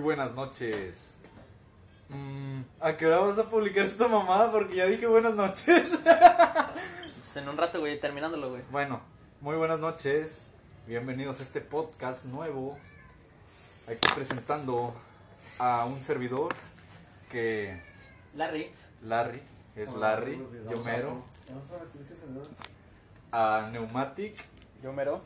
buenas noches. Mm, ¿A qué hora vas a publicar esta mamada? Porque ya dije buenas noches. Pues en un rato, güey, terminándolo, güey. bueno, muy buenas noches. Bienvenidos a este podcast nuevo. Aquí presentando a un servidor que Larry. Larry, es Larry, Yomero, Vamos a ver si muchas saludos. a Neumatic, Yo mero.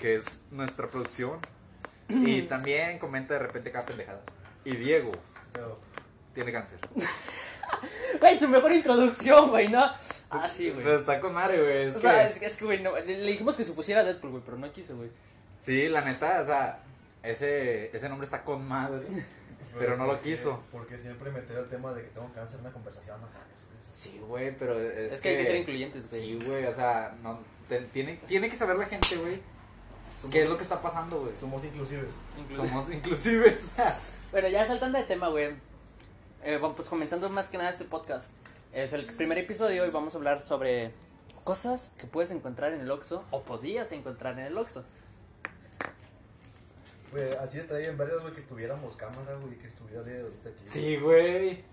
que es nuestra producción. Y también comenta de repente cada pendejada. Y Diego, tiene cáncer. Güey, su mejor introducción, güey, ¿no? Ah, sí, güey. Pero está con madre, güey. Pues, es o sea, que- es que, es que, güey, no, le le dijimos que se pusiera Deadpool, güey, pero no quiso, güey. Sí, la neta, o sea, ese, ese nombre está con madre. Pero no lo Porque- quiso. Porque siempre meter el tema de que tengo cáncer en una conversación, no mames. Sí, güey, pero es, Es, que, hay que ser incluyentes, güey. Sí, güey, o sea, no, te- tiene, tiene que saber la gente, güey, Somos- qué es lo que está pasando, güey. Somos inclusives. Inclu- Somos inclusives. Bueno, ya saltando de tema, güey. Eh, vamos, pues comenzando más que nada este podcast. Es el primer episodio y vamos a hablar sobre cosas que puedes encontrar en el Oxxo o podías encontrar en el Oxxo. Güey, allí estaría bien vergas, güey, que tuviéramos cámara, güey, y que estuviera de ahorita aquí. sí, güey.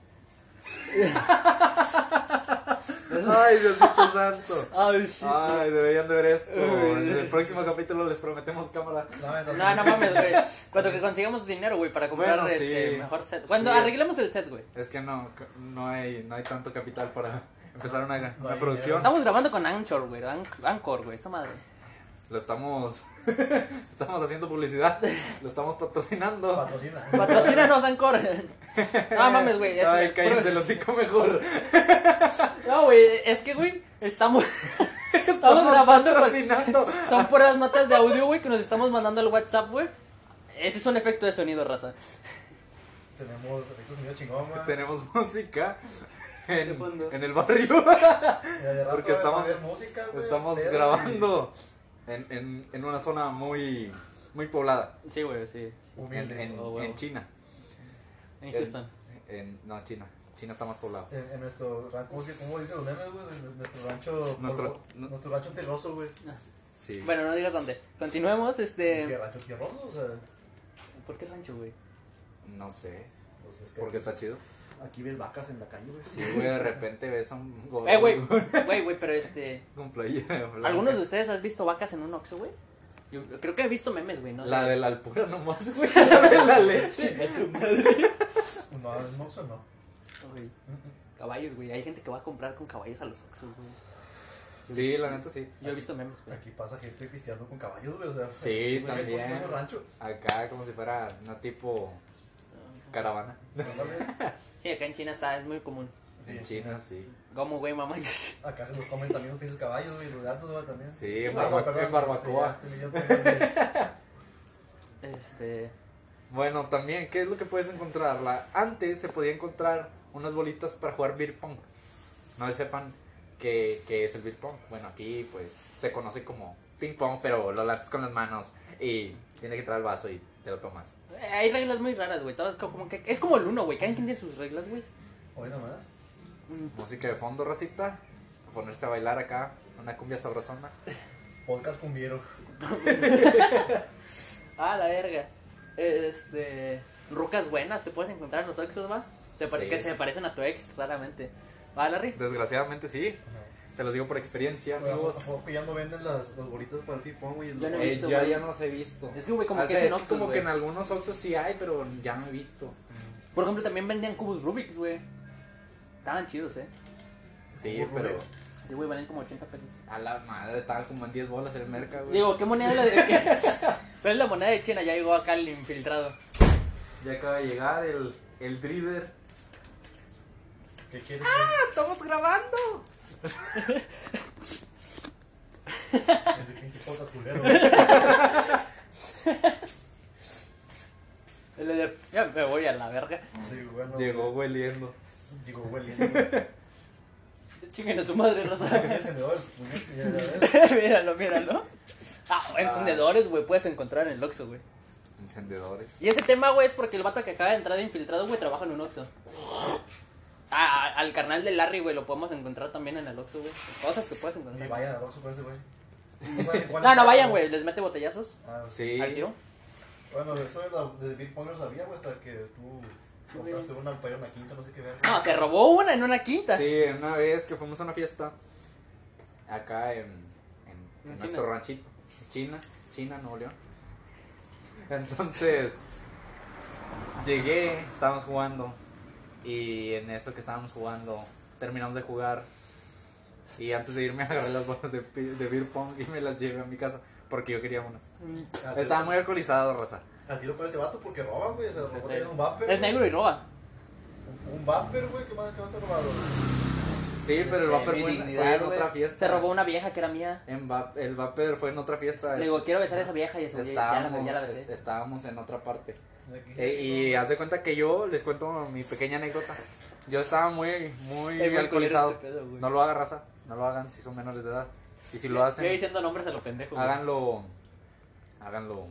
Ay, Diosito santo. Ay, shit. Ay, deberían de ver esto. En el próximo capítulo les prometemos cámara. No, no, No, no mames, güey. Cuando que consigamos dinero, güey, para comprar Bueno, sí. este mejor set. Cuando Sí, es- arreglemos el set, güey. Es que no, no hay, no hay tanto capital para empezar una, No una hay producción. dinero. Estamos grabando con Anchor, güey. Anch- Anchor, güey, esa madre. Lo estamos, estamos haciendo publicidad, lo estamos patrocinando. Patrocina. Patrocínanos, Anchor. No mames, güey. es- Ay, cállense el hocico mejor. No, güey, es que, güey, estamos. Estamos grabando con. patrocinando. Son puras notas de audio, güey, que nos estamos mandando al WhatsApp, güey. Ese es un efecto de sonido, raza. Tenemos efectos medio chingón, güey. Tenemos música De en, fondo. en el barrio. Mira, de rato porque va a estamos- haber música, güey, Estamos pedo, grabando en, en, en una zona muy, muy poblada. Sí, güey, sí. y En, Humilde. en- Oh, huevo. en China. En En- Houston. en- no, China. China está más poblado. En, en nuestro rancho, ¿cómo, se- cómo dicen los memes, güey? En Nuestro rancho. Nuestro- polvo- nuestro rancho tierroso, güey. Sí. Bueno, no digas dónde. Continuemos, ¿Qué este. rancho tierroso? O sea, ¿Por qué rancho, güey? No sé. pues es que Porque aquí, está chido. aquí ves vacas en la calle, güey. Sí, güey, de repente ves a un gordo Eh, güey, güey, güey, pero este. con playera blanca. ¿Algunos de ustedes has visto vacas en un Oxxo, güey? Yo yo creo que he visto memes, güey, ¿no? La de la alpura nomás, güey. La de la leche. Chinga tu madre. No, en Moxo no. Güey, Caballos, güey. Hay gente que va a comprar con caballos a los Oxxos, güey. Sí, la neta sí. Yo he visto memes, güey. Aquí pasa gente pisteando con caballos, güey. O sea, Sí, güey, también. esto sí es un rancho. Acá como si fuera una tipo caravana. Ándale. Sí, acá en China está, es muy común. Sí, en China, sí. Como, güey, mamá. Acá se los comen también los pinches caballos, güey, los gatos, güey, también. Sí, en, Ah, barba- no, perdón, en barbacoa. este, ya tengo de- Este. Bueno, también, ¿qué es lo que puedes encontrar? La- antes se podía encontrar unas bolitas para jugar beer pong. No sepan qué, qué es el beer pong. Bueno, aquí pues se conoce como ping pong, pero lo lanzas con las manos y tiene que entrar el vaso y te lo tomas. Eh, Hay reglas muy raras, güey. Todas co- como que es como el uno, güey. Cada quien tiene sus reglas, güey. Hoy nomás. Mm, Música de fondo, racita. Ponerse a bailar acá, una cumbia sabrosona. Podcast cumbiero. Ah, la verga. Eh, Este, rucas buenas te puedes encontrar en los exes, va. Te pare- Sí. que se parecen a tu ex, raramente. Va, Larry. Desgraciadamente sí, se los digo por experiencia, Bueno, ¿a amigos. poco ya no venden las, los bolitas para el pipón, güey? Yo no he Eh, visto, ya, güey. ya no los he visto. Es que, güey, como O que sea, Ah, es en Ah, es que Oxxos, como güey. que en algunos Oxxos sí hay, pero ya no he visto. Por ejemplo, también vendían cubos Rubik's, güey. Estaban chidos, eh. Sí, Como pero Rubik's. Sí, güey, valen como 80 pesos. a la madre estaban como en 10 bolas el merca, güey. Digo, ¿qué moneda es la de ¿Cuál es la moneda de China? Ya llegó acá el infiltrado. Ya acaba de llegar el, el driver. ¿Qué quieres? güey? ¡Estamos grabando! Es de pinche podcast culero, güey. El de- Ya me voy a la verga. Sí, bueno. Llegó hueliendo. güey. Llegó, güey, lindo, güey. Chinguen a su madre, Rosa. Tenía encendedor, güey, ya, ya ves. míralo, míralo. Ah, encendedores, güey, puedes encontrar en el Oxxo, güey. Encendedores. Y este tema, güey, es porque el vato que acaba de entrar de infiltrado, güey, trabaja en un Oxxo. Ah, al carnal de Larry, güey, lo podemos encontrar también en el Oxxo, güey. Cosas que puedes Ni encontrar. vayan a Roxo por ese, güey. No, saben cuál No, es. no vayan, güey, les mete botellazos Ah, Sí. al tiro. Bueno, eso de, la, de Bill Pong lo sabía, güey, hasta que tú Sí, güey. compraste una para ir a una quinta, no sé qué ver. No, se robó una en una quinta. Sí, una vez que fuimos a una fiesta acá en, en- en En nuestro China. ranchito, China, China, Nuevo León. Entonces, llegué, estábamos jugando y en eso que estábamos jugando, terminamos de jugar y antes de irme agarré las bolas de, pi- de beer pong y me las llevé a mi casa porque yo quería unas. Mm. Ah, A ti- Estaba muy alcoholizado, Rosa. Al tiro por este vato porque roba, güey. Se robó también un vapor. Es negro y roba. Un, un vapor, güey. ¿Qué más, qué más se robado? Sí, pero el Este, vapor mi fue, en- dignidad, fue en güey. otra fiesta. Se robó una vieja que era mía. En va- el vapor fue en otra fiesta. Le digo, quiero besar a esa vieja y eso ya la, estábamos, ya la es- besé. estábamos en otra parte. Aquí. Eh, y haz de cuenta que yo les cuento mi pequeña anécdota. Yo estaba muy, muy Está muy alcoholizado. culero este pedo, güey. no lo hagan, raza. No lo hagan si son menores de edad. Y si lo Yo hacen, diciendo nombres a lo pendejo. güey. háganlo. Háganlo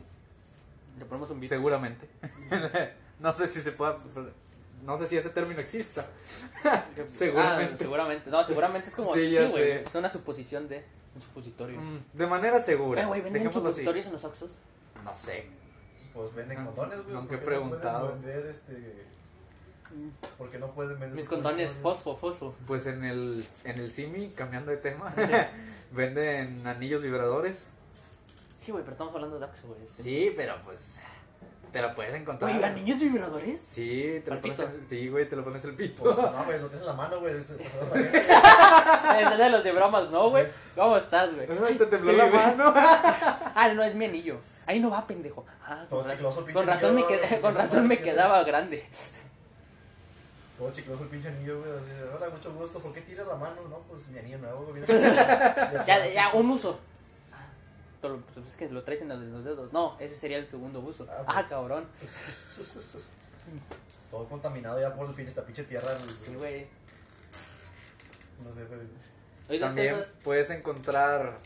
Le ponemos un beat. seguramente. no sé si se pueda. No sé si ese término exista. Ah, seguramente. seguramente. No, seguramente es como Sí, sí, ya güey. sé. es una suposición de un supositorio. Mm, De manera segura. Eh, güey, ¿venden Dejémoslo así. supositorios en los Oxxos? No sé. Pues venden No, condones, güey. nunca he ¿por qué no preguntado. pueden vender este. ¿Por qué no pueden vender Mis sus condones, fosfo, fosfo. Pues en el, en el Simi, cambiando de tema, venden anillos vibradores. Sí, güey, pero estamos hablando de Oxxo, güey. Sí, pero pues te lo puedes encontrar. Güey, ¿a niños vibradores? Sí, te lo Al pones pito. el, sí, güey, te lo pones el pito. Pues no, güey, lo tienes en la mano, güey. "Pues, se- se lo vas a ver. Es de los de bromas, ¿no, güey? Sí. ¿Cómo estás, güey? Ay, pues, te tembló Sí, la güey. mano. Ah, no, es mi anillo. Ahí no va, pendejo. Ah, Todo con, ra- chicloso, pinche con razón, me anillo. qued- con razón me quedaba grande. Todo chicloso el pinche anillo, güey. Así, hola, mucho gusto. ¿Por qué tira la mano? No, pues mi anillo nuevo, güey. ya, Ya, ya, un uso. Ah, todo lo- pues es que lo traes en los, en los dedos. No, ese sería el segundo uso. Ah, Ah, güey. cabrón. Todo contaminado ya por el pinche, esta pinche tierra. güey. Sí, güey. No sé, güey. Oye, las También cosas- puedes encontrar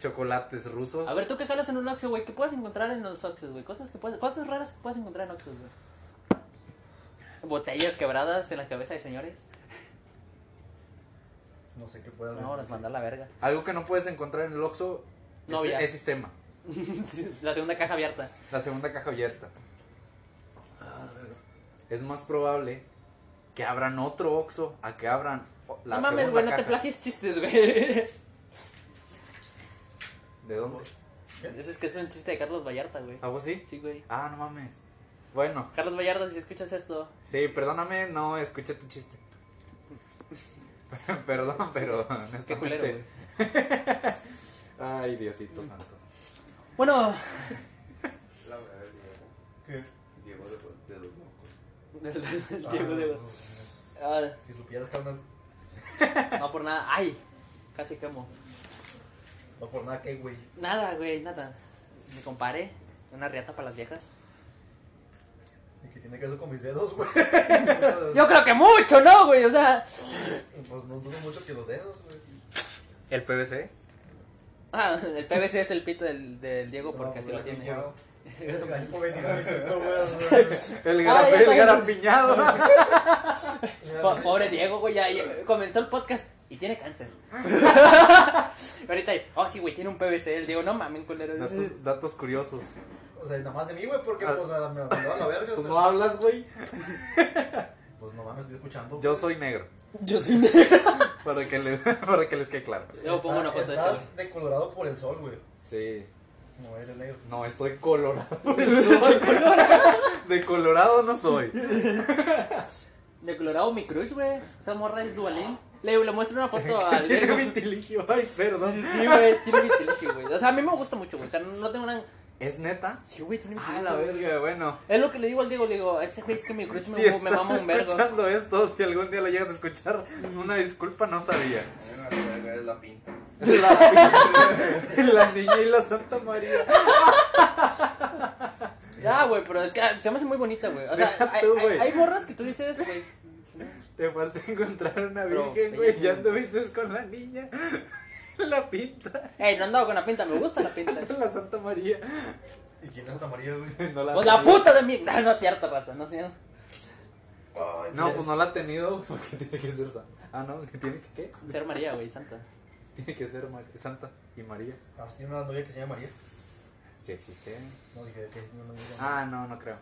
chocolates rusos. A ver, tú que jalas en un Oxxo, güey, ¿qué puedes encontrar en los Oxxos, güey? Cosas, que puedes- cosas raras que puedes encontrar en Oxxos, güey. Botellas quebradas en la cabeza de señores. No sé qué puedas No, las manda a la verga. Algo que no puedes encontrar en el Oxxo es- Novia. es, sistema. la segunda caja abierta. La segunda caja abierta. Ah, Es más probable que abran otro Oxxo a que abran o- la no mames, segunda güey, no te caja. plagies chistes, güey. ¿De dónde? Ese es que es un chiste de Carlos Vallarta, güey. ¿Algo así? Sí, güey. Ah, no mames. Bueno, Carlos Vallarta, si escuchas esto, sí, perdóname, no escuché tu chiste. Perdón, pero honestamente. qué culero, güey. Ay, Diosito santo. Bueno, La verdad, Diego. ¿Qué? Diego de, de dos mocos. Diego, Diego. Ah, pues, Ah, Si supieras, carnal, no por nada. Ay, casi quemo. no por nada que, güey. Nada, güey, nada. Me comparé. Una riata para las viejas. Y que tiene que ver con mis dedos, güey. Yo creo que mucho, ¿no, güey? O sea. Pues no dudo mucho que los dedos, güey. ¿El PVC? Ah, el PVC es el pito del, del Diego porque No, así güey, lo tiene. ya. Gracias por venir a mi punto, güey. El, Ah, garap- ya el sabes. garapiñado. Po- pobre Diego, güey, ya, ya comenzó el podcast y tiene cáncer. Y Ahorita, oh, sí, güey, tiene un PVC. El Diego, no mamen, culero. datos, datos curiosos. O sea, nada más de mí, güey, porque pues a- me mandaba a la verga. o Pues sea. no hablas, güey. Pues no mames, estoy escuchando. Yo soy negro. Yo sí. Para que, le- para que les quede claro. Luego pongo una foto de eso. Estás decolorado por el sol, güey. Sí. No eres negro. No, estoy colorado. De colorado no soy. De Colorado, mi crush, güey. Esa morra es dualín. Le, le muestro una foto al Tiene Diego. vitiligio. Ay, perdón. Sí, güey, tiene vitiligio, güey. O sea, a mí me gusta mucho, güey. O sea, no tengo nada. ¿Es neta? Sí, güey, tiene Ah, vitiligio, la güey. verga, bueno. Es lo que le digo al Diego, le digo, ese güey es que mi crush me, Si me estás mama un vergo. escuchando esto, si algún día lo llegas a escuchar, una disculpa, no sabía. A mí me vale verga, es la pinta. La niña y la Santa María. Ya, güey, pero es que ah, se me hace muy bonita, güey. O sea, Deja hay, tú, hay- güey. hay morras que tú dices, güey. "Mm, Te falta encontrar una Pero, virgen, ella güey. es Ya muy- anduviste con la niña. La pinta. Ey, no andaba con la pinta, me gusta la pinta. La Santa María. ¿Y quién es Santa María, güey? No la, Pues la tenía. puta de mi. No, no es cierto, raza, no es cierto. Ay, No, pues no la ha tenido porque tiene que ser santa. Ah, no, que tiene que qué? Ser María, güey, santa. Tiene que ser Mar- Santa y María. Ah, sí, tiene una novia que se llama María. Sí existe. No dije que no lo digo. Ah, no, no creo.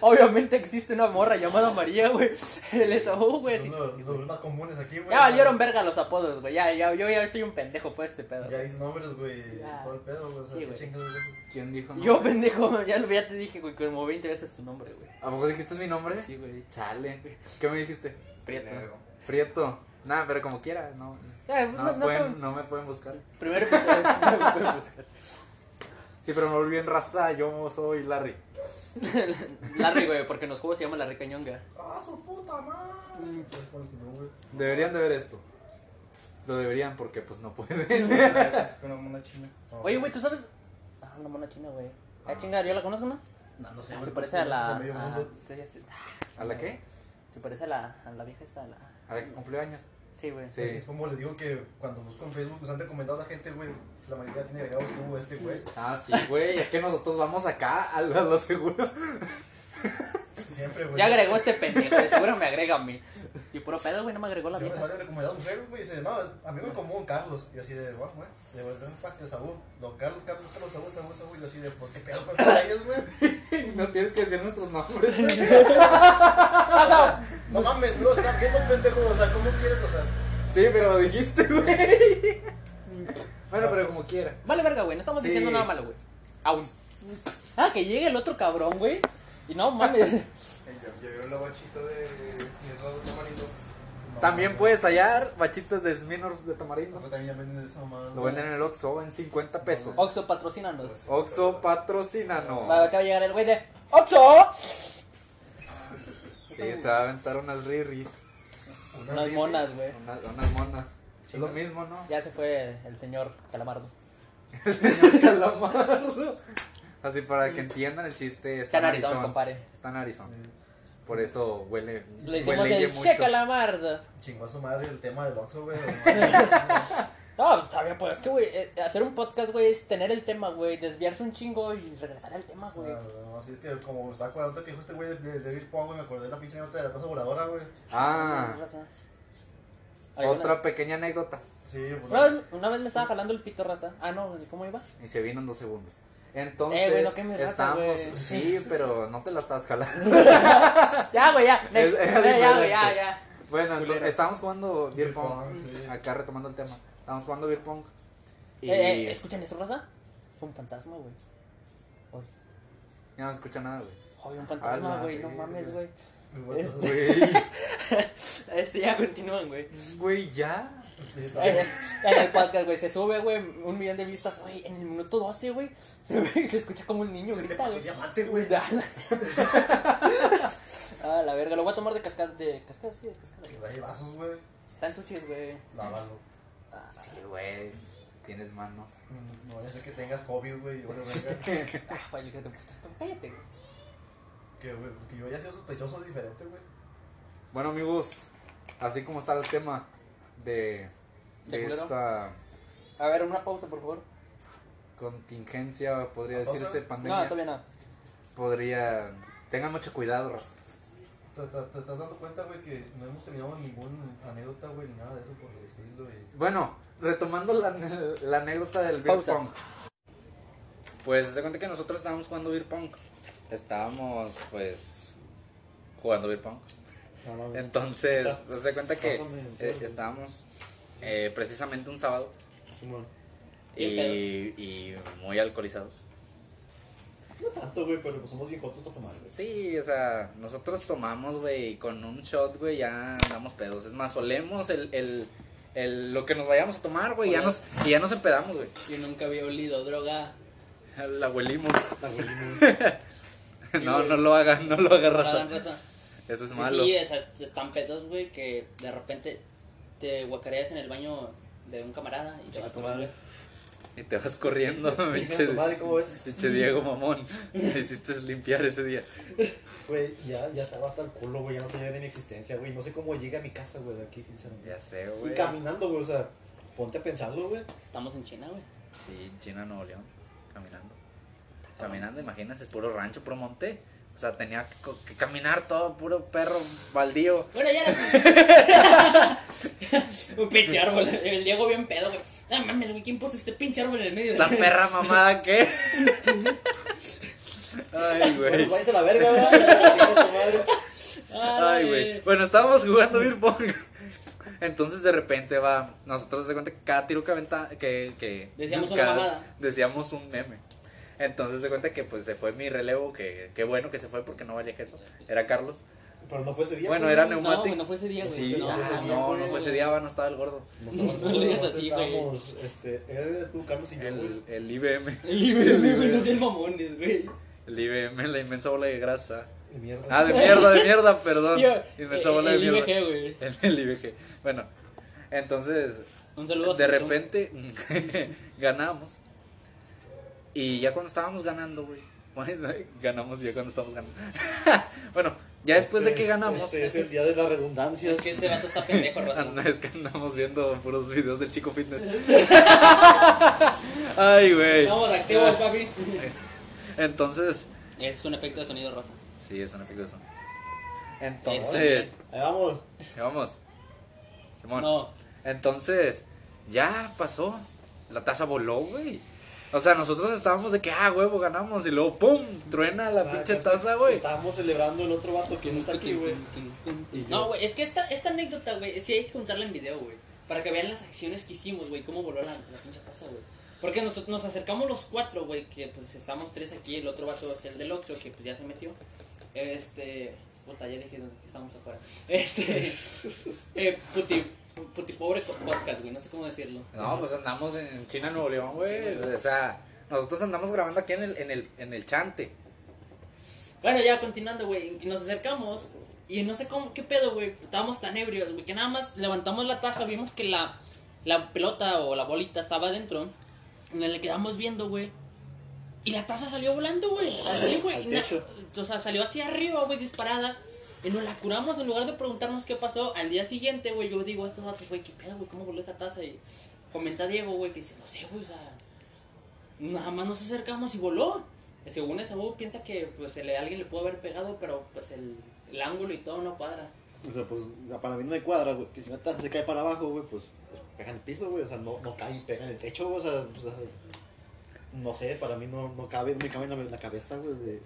Obviamente existe una morra llamada María, güey. El SAU, güey. Son Pues sí. los, los más comunes aquí, güey. Ya valieron verga los apodos, güey. Ya, ya, yo ya soy un pendejo por este pedo. Ya dice nombres, güey. Ya. Todo el pedo, güey. O sea, Sí, qué güey. chingados, güey. ¿Quién dijo? Yo, nombre? pendejo, ya, lo- ya te dije, güey, como 20 veces tu nombre, güey. ¿A poco dijiste mi nombre? Sí, güey. Chale. ¿Qué me dijiste? Prieto. Negro. Prieto. Nada, pero como quiera, no. Ya, pues, No, no, no, pueden- no. no me pueden buscar. Primero episodio, no me pueden buscar. Sí, pero me volví en raza. Yo soy Larry. Larry, güey, porque en los juegos se llama Larry Cañonga. ¡Ah, su puta madre! Pues, ¿cuál es tu nombre? Deberían de ver esto. Lo deberían porque pues no pueden. Es una mona china. No, Oye, güey, ¿tú sabes? Ah, una mona china, güey. Ah, chingada, ¿yo la conozco, no? No, no sé. Ah, güey, se parece a la... a medio a- mundo. sí, ya sé. Ah, ¿A la qué? Se parece a la, a la vieja esta, a la... A la que cumplió años. Sí, güey. Sí. Es como les digo que cuando busco en Facebook, pues han recomendado a la gente, güey. La mayoría tiene agregados tú, este, güey. Ah, sí, güey. Es que nosotros vamos acá a lo- a los seguros. Siempre, pues güey. Ya agregó este pendejo, de seguro me agrega a mí. Y puro pedo, güey, no me agregó la Siempre vieja. salen recomendados mujeres, güey. Y dice, no, a mí me común Carlos. Y yo así de, bueno, güey. Le volví un pack de Saúl. Don Carlos, Carlos, Carlos, Saúl, Saúl, Saúl. Y yo así de, pues qué pedo con ellos, güey. No tienes que decir nuestros nombres. ¡Pasa! No mames, no están viendo pendejo, o sea, ¿cómo quieres, o sea? Sí, pero lo dijiste, güey. Bueno, pero como quiera. Vale, verga, güey, no estamos Sí. diciendo nada malo, güey. Aún. Ah, que llegue el otro cabrón, güey. Y no mames. Eh, Yo yo vi un lobachito de Smirnoff de tamarindo. No, También güey. puedes hallar bachitas de Smirnoff de No, tamarindo. pues, también ya venden esa mamada. Lo güey. venden en el Oxxo en 50 pesos. Oxo, patrocínanos. Oxxo patrocínanos. Va, acaba de llegar el güey de. ¡Oxo! Sí, se va a aventar unas riris. Una Unas Biblia. monas, güey. Unas, unas monas. Es lo mismo, ¿no? Ya se fue el señor Calamardo. El señor Calamardo. Así para que entiendan el chiste. Está en narizón. Arizona, compadre. Mm. Está en Arizona. Por eso huele. Le hicimos huele el Che Calamardo. Chingó a su madre el tema del Oxxo, güey. No, pues, todavía pues. Es que, güey, eh, hacer un podcast, güey, es tener el tema, güey. Desviarse un chingo y regresar al tema, güey. No, así es que como me estaba acordando que dijo este güey de, de, de Bill Pong, güey, me acordé de la pinche anécdota de la taza voladora, güey. Ah, Tienes razón. Oye, otra pequeña anécdota. Sí, pues. Una, una vez, una vez me estaba jalando el pito raza. Ah, no, ¿cómo iba? Y se vino en dos segundos. Entonces, Eh, güey, no quemes raza, estábamos. güey. Sí, pero no te la estás jalando. Ya, güey, ya. Next. Es- es Ya, ya, güey, ya, diferente. ya. Bueno, entonces, Culera. estábamos jugando Beer Beer Pong. pong, sí. Acá retomando el tema. Estábamos jugando Beer Pong. Y Eh, eh, ¿Escuchan eso, raza? Fue un fantasma, güey. Oye, ya no se escucha nada, güey. oye, un A fantasma, la güey. No verga. mames, güey. güey, es- güey, Güey, Este ya continúan, güey. güey, ya. Eh, En el podcast, güey, se sube, güey, un millón de vistas, güey, en el minuto 12, güey, se, ve- se escucha como un niño Se te grita, pasó güey. el diamante, güey. Dala. Ah, la verga, lo voy a tomar de cascada, de cascada, sí, de cascada. güey. Hay vasos, güey. Están sucios, güey. Lávalo. Ah, Sí, güey. Tienes manos. No vaya a ser que tengas COVID, güey. y bueno, venga. ah, vaya, que te putas, pero cállate, güey. Que, güey, que yo haya sido sospechoso es diferente, güey. Bueno, amigos, así como está el tema de, ¿De de culero? esta A ver, una pausa, por favor. contingencia, podría ¿Pausa? decirse, No, pandemia, todavía no. podría... Tengan mucho cuidado, raza. ¿Te, te, te estás dando cuenta, güey, que no hemos terminado ningún anécdota, güey, ni nada de eso por el estilo. Y... Bueno, retomando la, la anécdota del beer Pausa. pong. Pues se cuenta que nosotros estábamos jugando beer pong. Estábamos, pues, jugando beer pong. No mames. Entonces, pues, se cuenta que Pásame, en eh, serio. estábamos eh, precisamente un sábado Simón. y, Bien y muy alcoholizados. No tanto, güey, pero pues somos bien cortos para tomar, güey. Sí, o sea, nosotros tomamos, güey, y con un shot, güey, ya andamos pedos. Es más, solemos el, el, el- lo que nos vayamos a tomar, güey, ya nos, y ya nos empedamos, güey. Yo nunca había olido droga. La huelimos. no, no lo hagan, no lo hagan, raza. Hagan raza. Eso es Sí, eh. malo. Sí, esas están pedos, güey, que de repente te guacareas en el baño de un camarada y Chinga chingas tu tu madre. madre. Y te vas corriendo, Chinga tu pinche, madre, ¿cómo ves? pinche Diego mamón. Me hiciste limpiar ese día. Güey, ya, ya estaba hasta el culo, güey, ya no sabía de mi existencia, güey. No sé cómo llegué a mi casa, güey, de aquí, sinceramente. Ya sé, y güey. caminando, güey, o sea, ponte a pensarlo, güey. Estamos en China, güey. Sí, China, Nuevo León, caminando. Caminando, imagínense, es puro rancho, puro monte. O sea, tenía que, co- que caminar todo, puro perro, baldío. Bueno, ya era. un pinche árbol. El Diego bien pedo, güey. Ah, mames, güey, ¿quién puso este pinche árbol en el medio de Esa perra mamada que. Ay, Bueno, güey. pues, váyanse a la verga, ¿verdad? Chingue su madre. Ah, Ay, güey. Bueno, estábamos jugando beer pong. Entonces de repente va, nosotros de cuenta que cada tiro que aventa, que, que Decíamos una cada- mamada. Decíamos un meme. Entonces de cuenta que pues se fue mi relevo, que, que bueno que se fue porque no valía queso. Era Carlos. Pero no fue ese día. pues, Bueno, güey. era No, neumático. güey, no fue ese día, güey. Sí, no no, fue ese día, no, güey. no fue ese día, va, no estaba el gordo. No le digas así, güey. Estábamos, este, eh, tú, Carlos y yo, güey. El, el IBM. El IBM, güey, no sean mamones, güey. El IBM, la inmensa bola de grasa. De mierda. Ah, de mierda, de mierda, perdón. Tío, Inmensa eh, bola Ah, de el mierda. IBG, güey. El, el IBG. Bueno, entonces Un saludo a de Sansón. repente ganamos. Y ya cuando estábamos ganando, güey. bueno, Ganamos ya cuando estábamos ganando. bueno, ya después de Este, que ganamos. Este es el día de las redundancias. Es que este vato está pendejo, Ah, Rosa. no, es que andamos viendo puros videos del chico fitness. Ay, güey. Vamos, activo, papi. Entonces. Es un efecto de sonido, Rosa. Sí, es un efecto de sonido. Entonces, Ahí vamos. vamos. Simón. No. Entonces, ya pasó. La taza voló, güey. O sea, nosotros estábamos de que, ah, huevo, ganamos. Y luego, ¡pum! Truena Ah, la pinche taza, güey. Estábamos celebrando el otro vato que no está aquí, güey. Y No, yo. güey, es que esta, esta anécdota, güey, sí hay que contarla en video, güey. Para que vean las acciones que hicimos, güey, cómo voló la, la pinche taza, güey. Porque nos, nos acercamos los cuatro, güey, que pues estamos tres aquí, el otro vato es el del Oxxo, que pues ya se metió. Este, puta, ya dije dónde estábamos afuera. Este, eh, puti, puti pobre co- podcast, güey, no sé cómo decirlo. No, pues andamos en China, Nuevo León, güey. O sea, nosotros andamos grabando aquí en el, en el, en el chante. Bueno, ya continuando, güey, y nos acercamos y no sé cómo, qué pedo, güey, estábamos tan ebrios, güey, que nada más levantamos la taza, vimos que la, la pelota o la bolita estaba adentro, y nos le quedamos viendo, güey, y la taza salió volando, güey, así, güey, y na- techo. o sea, salió hacia arriba, güey, disparada, y nos la curamos en lugar de preguntarnos qué pasó, al día siguiente, güey, yo digo a estos vatos, güey, qué pedo, güey, cómo voló esa taza, y comenta Diego, güey, que dice, no sé, güey, o sea... Nada más nos acercamos y voló. Según eso, Hugo piensa que pues el- alguien le pudo haber pegado, pero pues el, el ángulo y todo no cuadra. O sea, pues para mí no hay cuadra, güey. Que si una taza se cae para abajo, güey, pues, pues pega en el piso, güey. O sea, no, no cae y pega en el techo, güey. O sea, pues, o sea, no sé, para mí no, no cabe, no me cabe en la, en la cabeza, güey, de,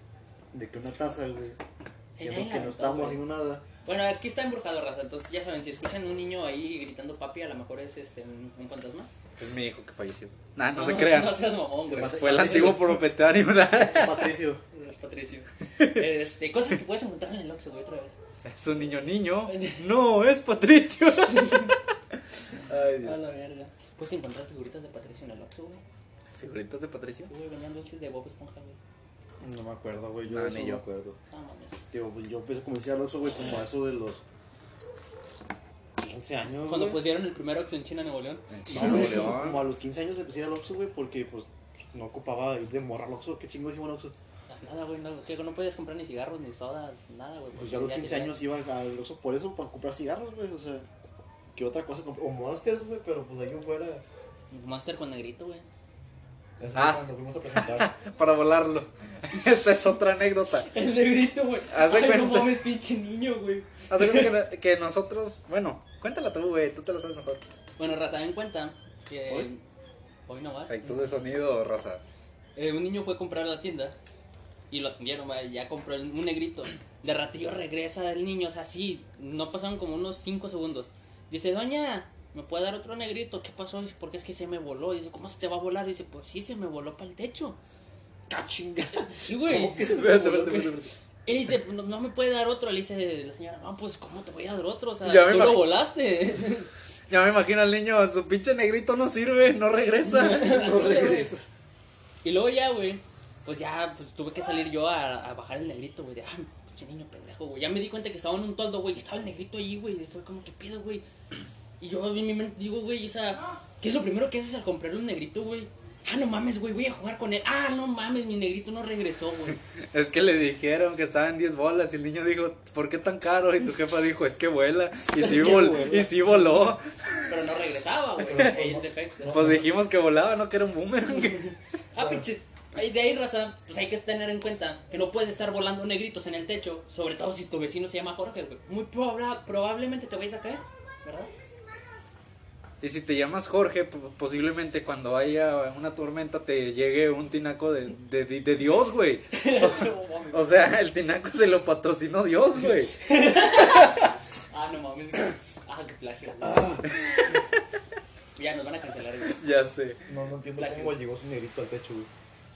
de que una taza, güey. nadie la Siendo que no aventó, estábamos güey. haciendo nada. Bueno, aquí está embrujado raza, entonces ya saben, si escuchan un niño ahí gritando papi, a lo mejor es este un, un fantasma. Es mi hijo que falleció. Nah, no, se no, crean. Ah, No seas mamón, güey. Pues fue el antiguo propietario. ¿verdad? Patricio. Es Patricio. Este, cosas que puedes encontrar en el Oxxo, güey, otra vez. Es un niño niño. No, es Patricio. Ay, A Dios. la verga. Puedes encontrar figuritas de Patricio en el Oxxo, güey. ¿Figuritas de Patricio? Sí, güey, venían dulces de Bob Esponja, güey. No me acuerdo, güey. Yo No, de eso Ah, ni no yo. me acuerdo. No mames. Tío, pues yo empecé a comerciar eso, güey, como a eso de los 15 años. Cuando güey. pusieron el primer Oxxo en China, Nuevo León. En No, China, güey, Nuevo eso fue pues, León. como a los 15 años empecé a ir al Oxxo, güey, porque pues no ocupaba ir de morra al Oxxo. ¿Qué chingo hicimos al Oxxo? ah, Nada, güey, no, que no podías comprar ni cigarros, ni sodas, nada, güey. Pues yo a los porque 15 ya- años iba al Oxxo por eso, para comprar cigarros, güey, o sea, ¿qué otra cosa? comp- O Monsters, güey, pero pues de ahí en fuera. Master con negrito, güey. Eso Ah. fue cuando fuimos a presentar. Para volarlo. Esta es otra anécdota. El negrito, güey. Haz de Ay, cuenta. no mames, pinche niño, güey. Haz de cuenta que, que nosotros, bueno, cuéntala tú, güey, tú te la sabes mejor. Bueno, raza, en cuenta que. ¿Hoy? hoy no vas. Efectos de sonido, raza. Eh, un niño fue a comprar a la tienda y lo atendieron, güey, ya compró el- un negrito. De ratillo regresa el niño, o sea, sí, no pasaron como unos 5 segundos. Dice, doña, ¿me puede dar otro negrito? ¿Qué pasó? Dice, porque es que se me voló. Dice, ¿cómo se te va a volar? Dice, pues sí, se me voló para el techo. ¡Cachinga! Sí, güey. Ah, ¿Cómo que se Espérate, espérate, espérate, Él dice, no, no me puede dar otro. Le dice la señora, no, pues, ¿cómo te voy a dar otro? O sea, Ya me tú lo imagino. volaste. Ya me imagino al niño, su pinche negrito no sirve, no regresa. No regreso. y luego ya, güey, pues ya pues, tuve que salir yo a, a bajar el negrito, güey. De, ah, pinche niño pendejo, güey. Ya me di cuenta que estaba en un toldo, güey. que Estaba el negrito ahí, güey. y Fue como, ¿qué pedo, güey? Y yo en mi mente digo, güey, o sea, ¿qué es lo primero que haces al comprar un negrito, güey? Ah, no mames, güey, voy a jugar con él. Ah, no mames, mi negrito no regresó, güey. Es que le dijeron que estaban 10 bolas y el niño dijo, ¿por qué tan caro? Y tu jefa dijo, es que vuela. Y sí, que vol- vuela. y sí voló. Pero no regresaba, güey. Ahí el defecto. Pues dijimos que volaba, no que era un boomerang. Ah, pinche. Ahí de ahí, raza, pues hay que tener en cuenta que no puedes estar volando negritos en el techo, sobre todo si tu vecino se llama Jorge, güey. Muy proba- probablemente te vayas a caer, ¿verdad? Y si te llamas Jorge, p- posiblemente cuando haya una tormenta te llegue un tinaco de, de, de- de Dios, güey. O sea, el tinaco se lo patrocinó Dios, güey. Ah, no mames. Ah, qué plagio. güey. ya nos van a cancelar, güey. Ya sé. No, no entiendo Plagio. cómo llegó su negrito al techo, güey.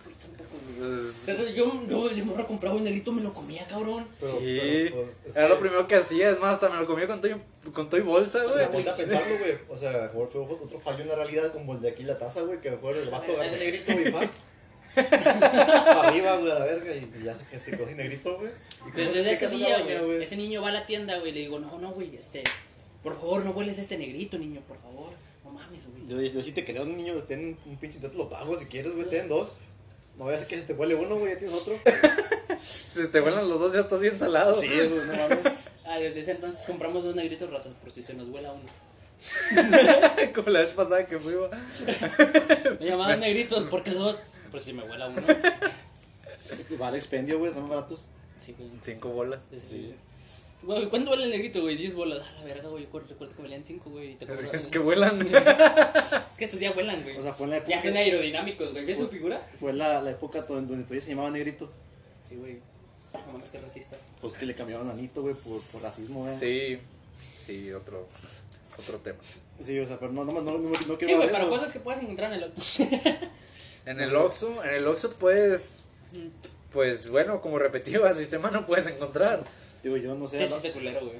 Güey, tampoco, güey. O sea, Pues, eso yo, yo de morro compraba un negrito, me lo comía, cabrón. Pero- sí. pero, pues, es Era lo que- primero que hacía. Es más, hasta me lo comía con todo y, con todo y bolsa, O güey. sea, ponte a pensarlo, güey. O sea, mejor fue otro fallo en la realidad como el de aquí la taza, güey, que mejor el vato agarró negrito, güey, pa. Pa' arriba, güey, a la verga, y pues ya se, se coge negrito, güey. ¿Y cómo Desde explicas ese una día, doña, güey. Ese niño va a la tienda, güey, y le digo, no, no, güey, este. Por favor, no hueles este negrito, niño, por favor. No mames, güey. Yo, yo sí te quería un niño, ten un pinche, yo te lo pago si quieres, güey, ten dos. No vayas a que se te huele uno, güey, ya tienes otro. Si te vuelan los dos, ya estás bien salado. Sí, eso no mames. Ah, desde ese entonces compramos dos negritos rosas por si se nos huela uno. Como la vez pasada que fuimos. Me llamaban negritos, ¿por qué dos? Por si me huela uno. Y Vale, expendio, güey, están baratos. Sí, güey. Cinco bolas. Sí, sí, sí. Güey, ¿cuánto vale el negrito, güey? 10 bolas. A la verga, güey. Yo recuerdo que valían 5, güey. y te Es, cobran- es que vuelan. Es que estos ya vuelan, güey. O sea, fue en la época. ya son aerodinámicos, güey. ¿Ves su figura? Fue la, la época donde, donde todavía se llamaba negrito. Sí, güey. No mames, que racistas. Pues que le cambiaron a Nito, güey, por, por racismo, güey. Sí, sí, otro, otro tema. Sí, o sea, pero no, no, no, no, no quiero Sí, güey, hablar de pero eso. cosas que puedes encontrar en el otro. En el Oxxo, en el Oxxo puedes, pues bueno, como repetía, sistema no puedes encontrar. Digo, yo no sé. Qué a la- chiste culero, güey.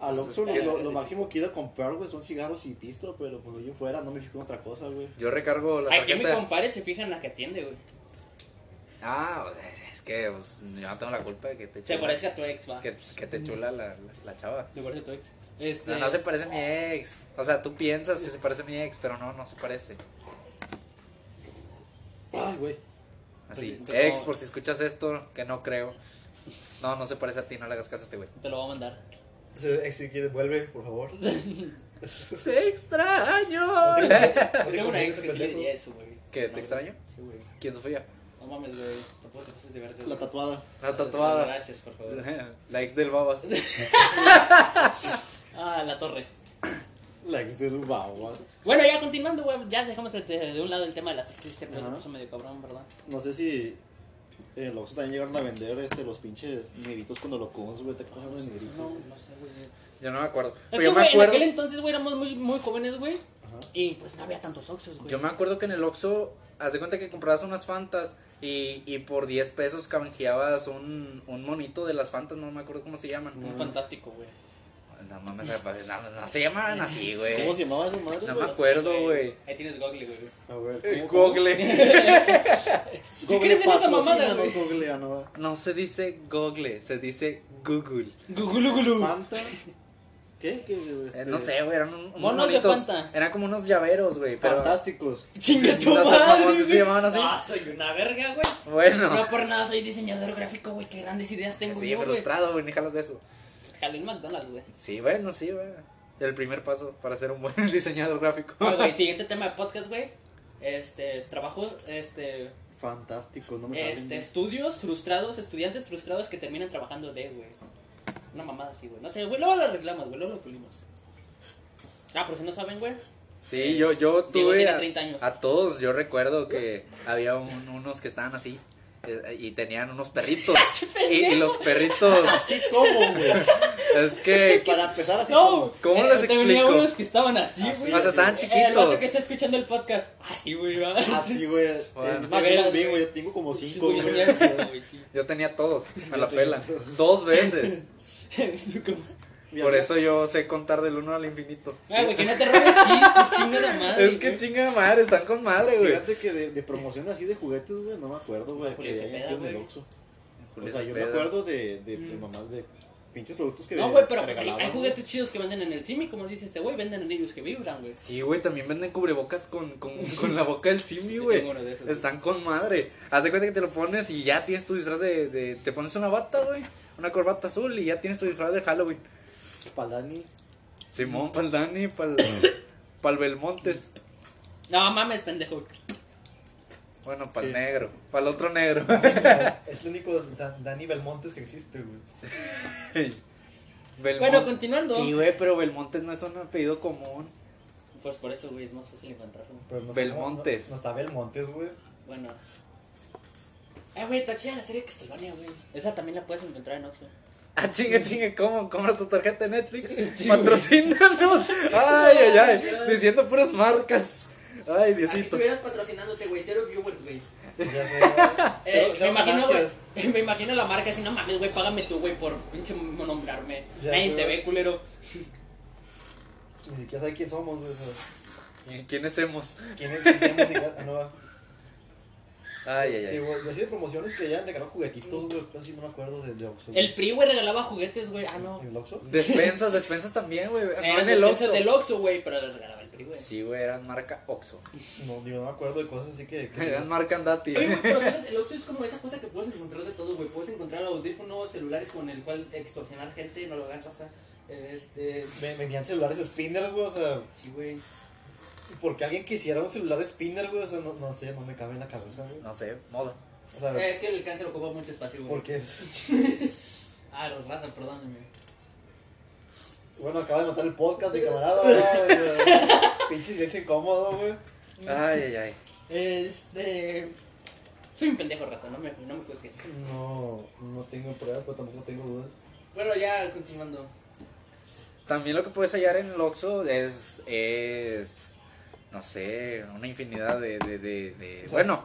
Al Oxxo lo, lo- lo Sí. máximo que he ido a comprar, güey, son cigarros y pisto, pero pues yo fuera no me fijo en otra cosa, güey. Yo recargo la Aquí mi tarjeta. compadre se fija en la que atiende, güey. Ah, o sea, es- es que pues, yo no tengo la culpa de que te Se chula, parece a tu ex, va. que, que te chula la, la, la chava. Se parece a tu ex. Este. Ah, No, no se parece a mi ex. O sea, tú piensas que se parece a mi ex, pero no, no se parece. Pues Ay, güey. Así, Pues, entonces, ex, no. por si escuchas esto, que no creo. No, no se parece a ti, no le hagas caso a este güey. Te lo voy a mandar. Ese ex, Si quieres, eh, vuelve, por favor. ¡Te extraño! Yo tengo una ex que sí le diría eso, güey. ¿Qué, te No, güey. extraño? Sí, güey. ¿Quién Sofía? No mames, güey. Tampoco te pases de verte. La tatuada. La tatuada. Gracias, por favor. La ex del babas. Ah, la torre. La ex de Rubao. Bueno, ya continuando, güey, ya dejamos de, de- de un lado el tema de las actrices, pero se Ajá. puso medio cabrón, ¿verdad? No sé si en el Oxxo también llegaron a vender este, los pinches negritos con holocones, güey. ¿Te acuerdas de negritos? No, no sé, güey. Yo no me acuerdo. Es Pero que, yo me güey, en acuerdo. aquel entonces, güey, éramos muy, muy jóvenes, güey, Ajá. y pues no había tantos oxos, güey. Yo me acuerdo que en el Oxxo, haz de cuenta que comprabas unas Fantas y, y por 10 pesos canjeabas un, un monito de las Fantas, no me acuerdo cómo se llaman. Un fantástico, güey. No mames, no, no se llamaban así, güey. ¿Cómo se llamaba esa madre, No güey? me acuerdo, güey. Ahí tienes Google, güey. A ver. El ¿cómo- Eh, Google. cómo- ¿Qué crees en esa mamada, patrocínanos, güey? Google, ah, no. No se dice Google, se dice Google. Google, Google. Fanta. ¿Qué? ¿Qué este, Eh, no sé, güey, eran un- unos Monos de monitos. Fanta. Eran como unos llaveros, güey. Pero Fantásticos. Chinga tu No sé madre, cómo se güey. llamaban así. Ah, soy una verga, güey. bueno. No por nada soy diseñador gráfico, güey, qué grandes ideas tengo sí, yo, güey. frustrado, güey, ni jalas de eso. Jalé un McDonald's, güey. Sí, bueno, sí, güey. El primer paso para ser un buen diseñador gráfico. Ah, güey, siguiente tema de podcast, güey. Este, trabajo, este, Fantásticos, no me salen. Este, estudios frustrados, estudiantes frustrados que terminan trabajando de, güey. Una mamada así, güey. No sé, güey, luego lo arreglamos, güey, luego lo pulimos. Ah, por si no saben, güey. Sí, yo, yo Diego tuve tiene a, 30 años. a todos, yo recuerdo que había un- unos que estaban así eh, y tenían unos perritos. y, y los perritos, ¿Y ¿Cómo, güey? es que... Para empezar así. No, Ah, ¿Cómo les te venía explico? Ah, unos que estaban así, Así, güey. Eh, O sea, estaban El vato chiquitos. que está escuchando el podcast. Así, güey, va. como- Así, güey. Es Bueno. más, De yo veras, las vi, güey. güey. Yo tengo como Sí, cinco, güey, güey. ya sé, güey, sí. Yo tenía todos, me la pela. Dos veces. Mira, Por mira. eso yo sé contar del uno al infinito. Ah, güey, que no te robes chistes, chingada madre. Es que güey. chinga madre, están con madre, güey. Fíjate que de, de promoción así de juguetes, güey, no me acuerdo, güey, Julio que hayan Cepeda, sido en el güey. Oxxo. O sea, yo me acuerdo de, de, de mamás de pinches productos que Mm. No, ven- güey, pero que pues, hay, regalaban, hay juguetes chidos que venden en el cine, como dice este güey, venden en ellos que vibran, güey. Sí, güey, también venden cubrebocas con, con, con la boca del simi, Yo güey. tengo uno de esos, güey. Están con madre. Haz de cuenta que te lo pones y ya tienes tu disfraz de. de- te pones una bata, güey. Una corbata azul y ya tienes tu disfraz de Halloween. güey. Palani. Simón, pa'l Dani, pa'l. pa'l Belmontes. No mames, pendejo. Bueno, pa'l Sí. negro. Pa'l otro negro. Es el único Da- Dani Belmontes que existe, güey. Belmont- Bueno, continuando. Sí, güey, pero Belmontes no es un apellido común. Pues por eso, güey, es más fácil encontrarlo. Pero no Belmontes. Está, no, no está Belmontes, güey. Bueno. Eh, güey, está chida la serie de Castlevania, güey. Esa también la puedes encontrar en Oxxo. Ah, chinga, chinga, ¿cómo? Compra tu tarjeta de Netflix. Patrocínanos. Ay, ay, ay. Diciendo puras marcas. Ay, Aquí Diosito. estuvieras patrocinándote, güey, cero viewers, güey. Ya sé, güey. Eh, Son- me, son imagino, ganancias. güey, me imagino la marca así, no mames, güey, págame tú, güey, por pinche nombrarme. Ya Nadie sé, te güey. ve, culero. Ni siquiera sabe quién somos, güey. o sea, ¿Y ¿Quiénes hemos? ¿Quién es? ¿Quién es? Ah, no, va. Ay, ay, ay. Digo, yo así de promociones que ya regaló juguetitos, güey. Yo sí no me acuerdo del de Oxxo. güey. El PRI, güey, regalaba juguetes, güey. Ah, no. ¿En el Oxxo? Despensas, despensas también, güey. No Eran en el Eh, despensas Oxxo. del Oxxo, güey, pero las regalaba el PRI, güey. Sí, güey, eran marca Oxxo. No, digo, no me acuerdo de cosas así que. que- Eran marca Andati. Oye, güey, pero sabes, el Oxxo es como esa cosa que puedes encontrar de todo, güey. Puedes encontrar audífonos, celulares con el cual extorsionar gente, no lo hagan raza. Este, Ve- Vendían celulares spinner, güey, o sea, sí, güey. porque alguien quisiera un celular spinner, güey, o sea, no, no sé, no me cabe en la cabeza, güey. No sé, moda. O sea, Eh, es que el cáncer ocupa mucho espacio, güey. ¿por qué? Ah, los raza, perdóname. Bueno, acaba de matar el podcast, mi camarada, güey, o sea, Pinche silencio incómodo, güey. Ay, ay, ay. Este. Soy un pendejo, raza, no me, no me juzguen. No, no tengo pruebas, pero tampoco tengo dudas. Bueno, ya continuando. También lo que puedes hallar en el Oxxo es, es, no sé, una infinidad de, de, de, de- O sea- Bueno,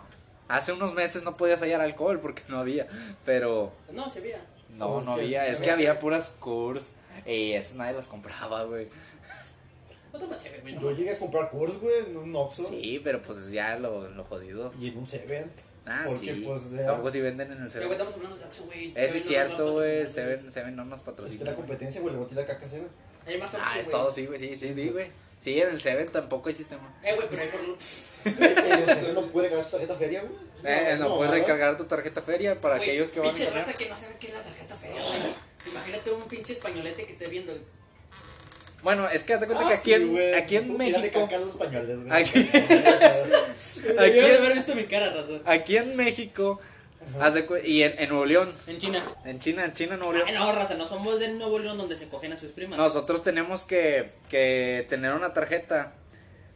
hace unos meses no podías hallar alcohol porque no había, pero No, se veía. no, Pues no que- había. que Es no que había. había puras curs y esas nadie las compraba, güey. No tomas chévere, güey. Yo No. llegué a comprar cores, güey, en un Oxxo Sí, pero pues ya lo, lo jodido. y en un Seven. Ah, Porque, sí. pues, de- Tampoco si venden en Ya, el güey, Seven. estamos hablando de Oxxo, güey. Eso Seven no es nos va a cierto, güey. patrocinar, Seven, Seven no nos Es que la patrocina. competencia, güey, le boté la caca a Seven. Hay más Oxxo, Ah, es güey. todo, sí, güey. Sí, sí, sí, güey. Sí, en el Seven tampoco hay sistema. Eh, güey, pero hay por lo... Eh, eh, el Seven no puede regalar su tarjeta feria, güey. Ah, Es una- Eh, es no una puedes mamada. recargar tu tarjeta feria para Güey, aquellos que van a pinche comer. raza que no saben qué es la tarjeta feria, güey. Imagínate un pinche españolete que esté viendo. Bueno, es que haz de cuenta Ah, que aquí sí, en, güey. aquí en Tú tírale México. caca a los españoles, güey. Aquí- Aquí Aquí, de en- haber visto mi cara, raza. aquí en México. Ajá. haz de cu- y en, en Nuevo León. En China. En China, en China, Nuevo Ah, León. no, raza, no somos del Nuevo León donde se cogen a sus primas. Nosotros tenemos que, que tener una tarjeta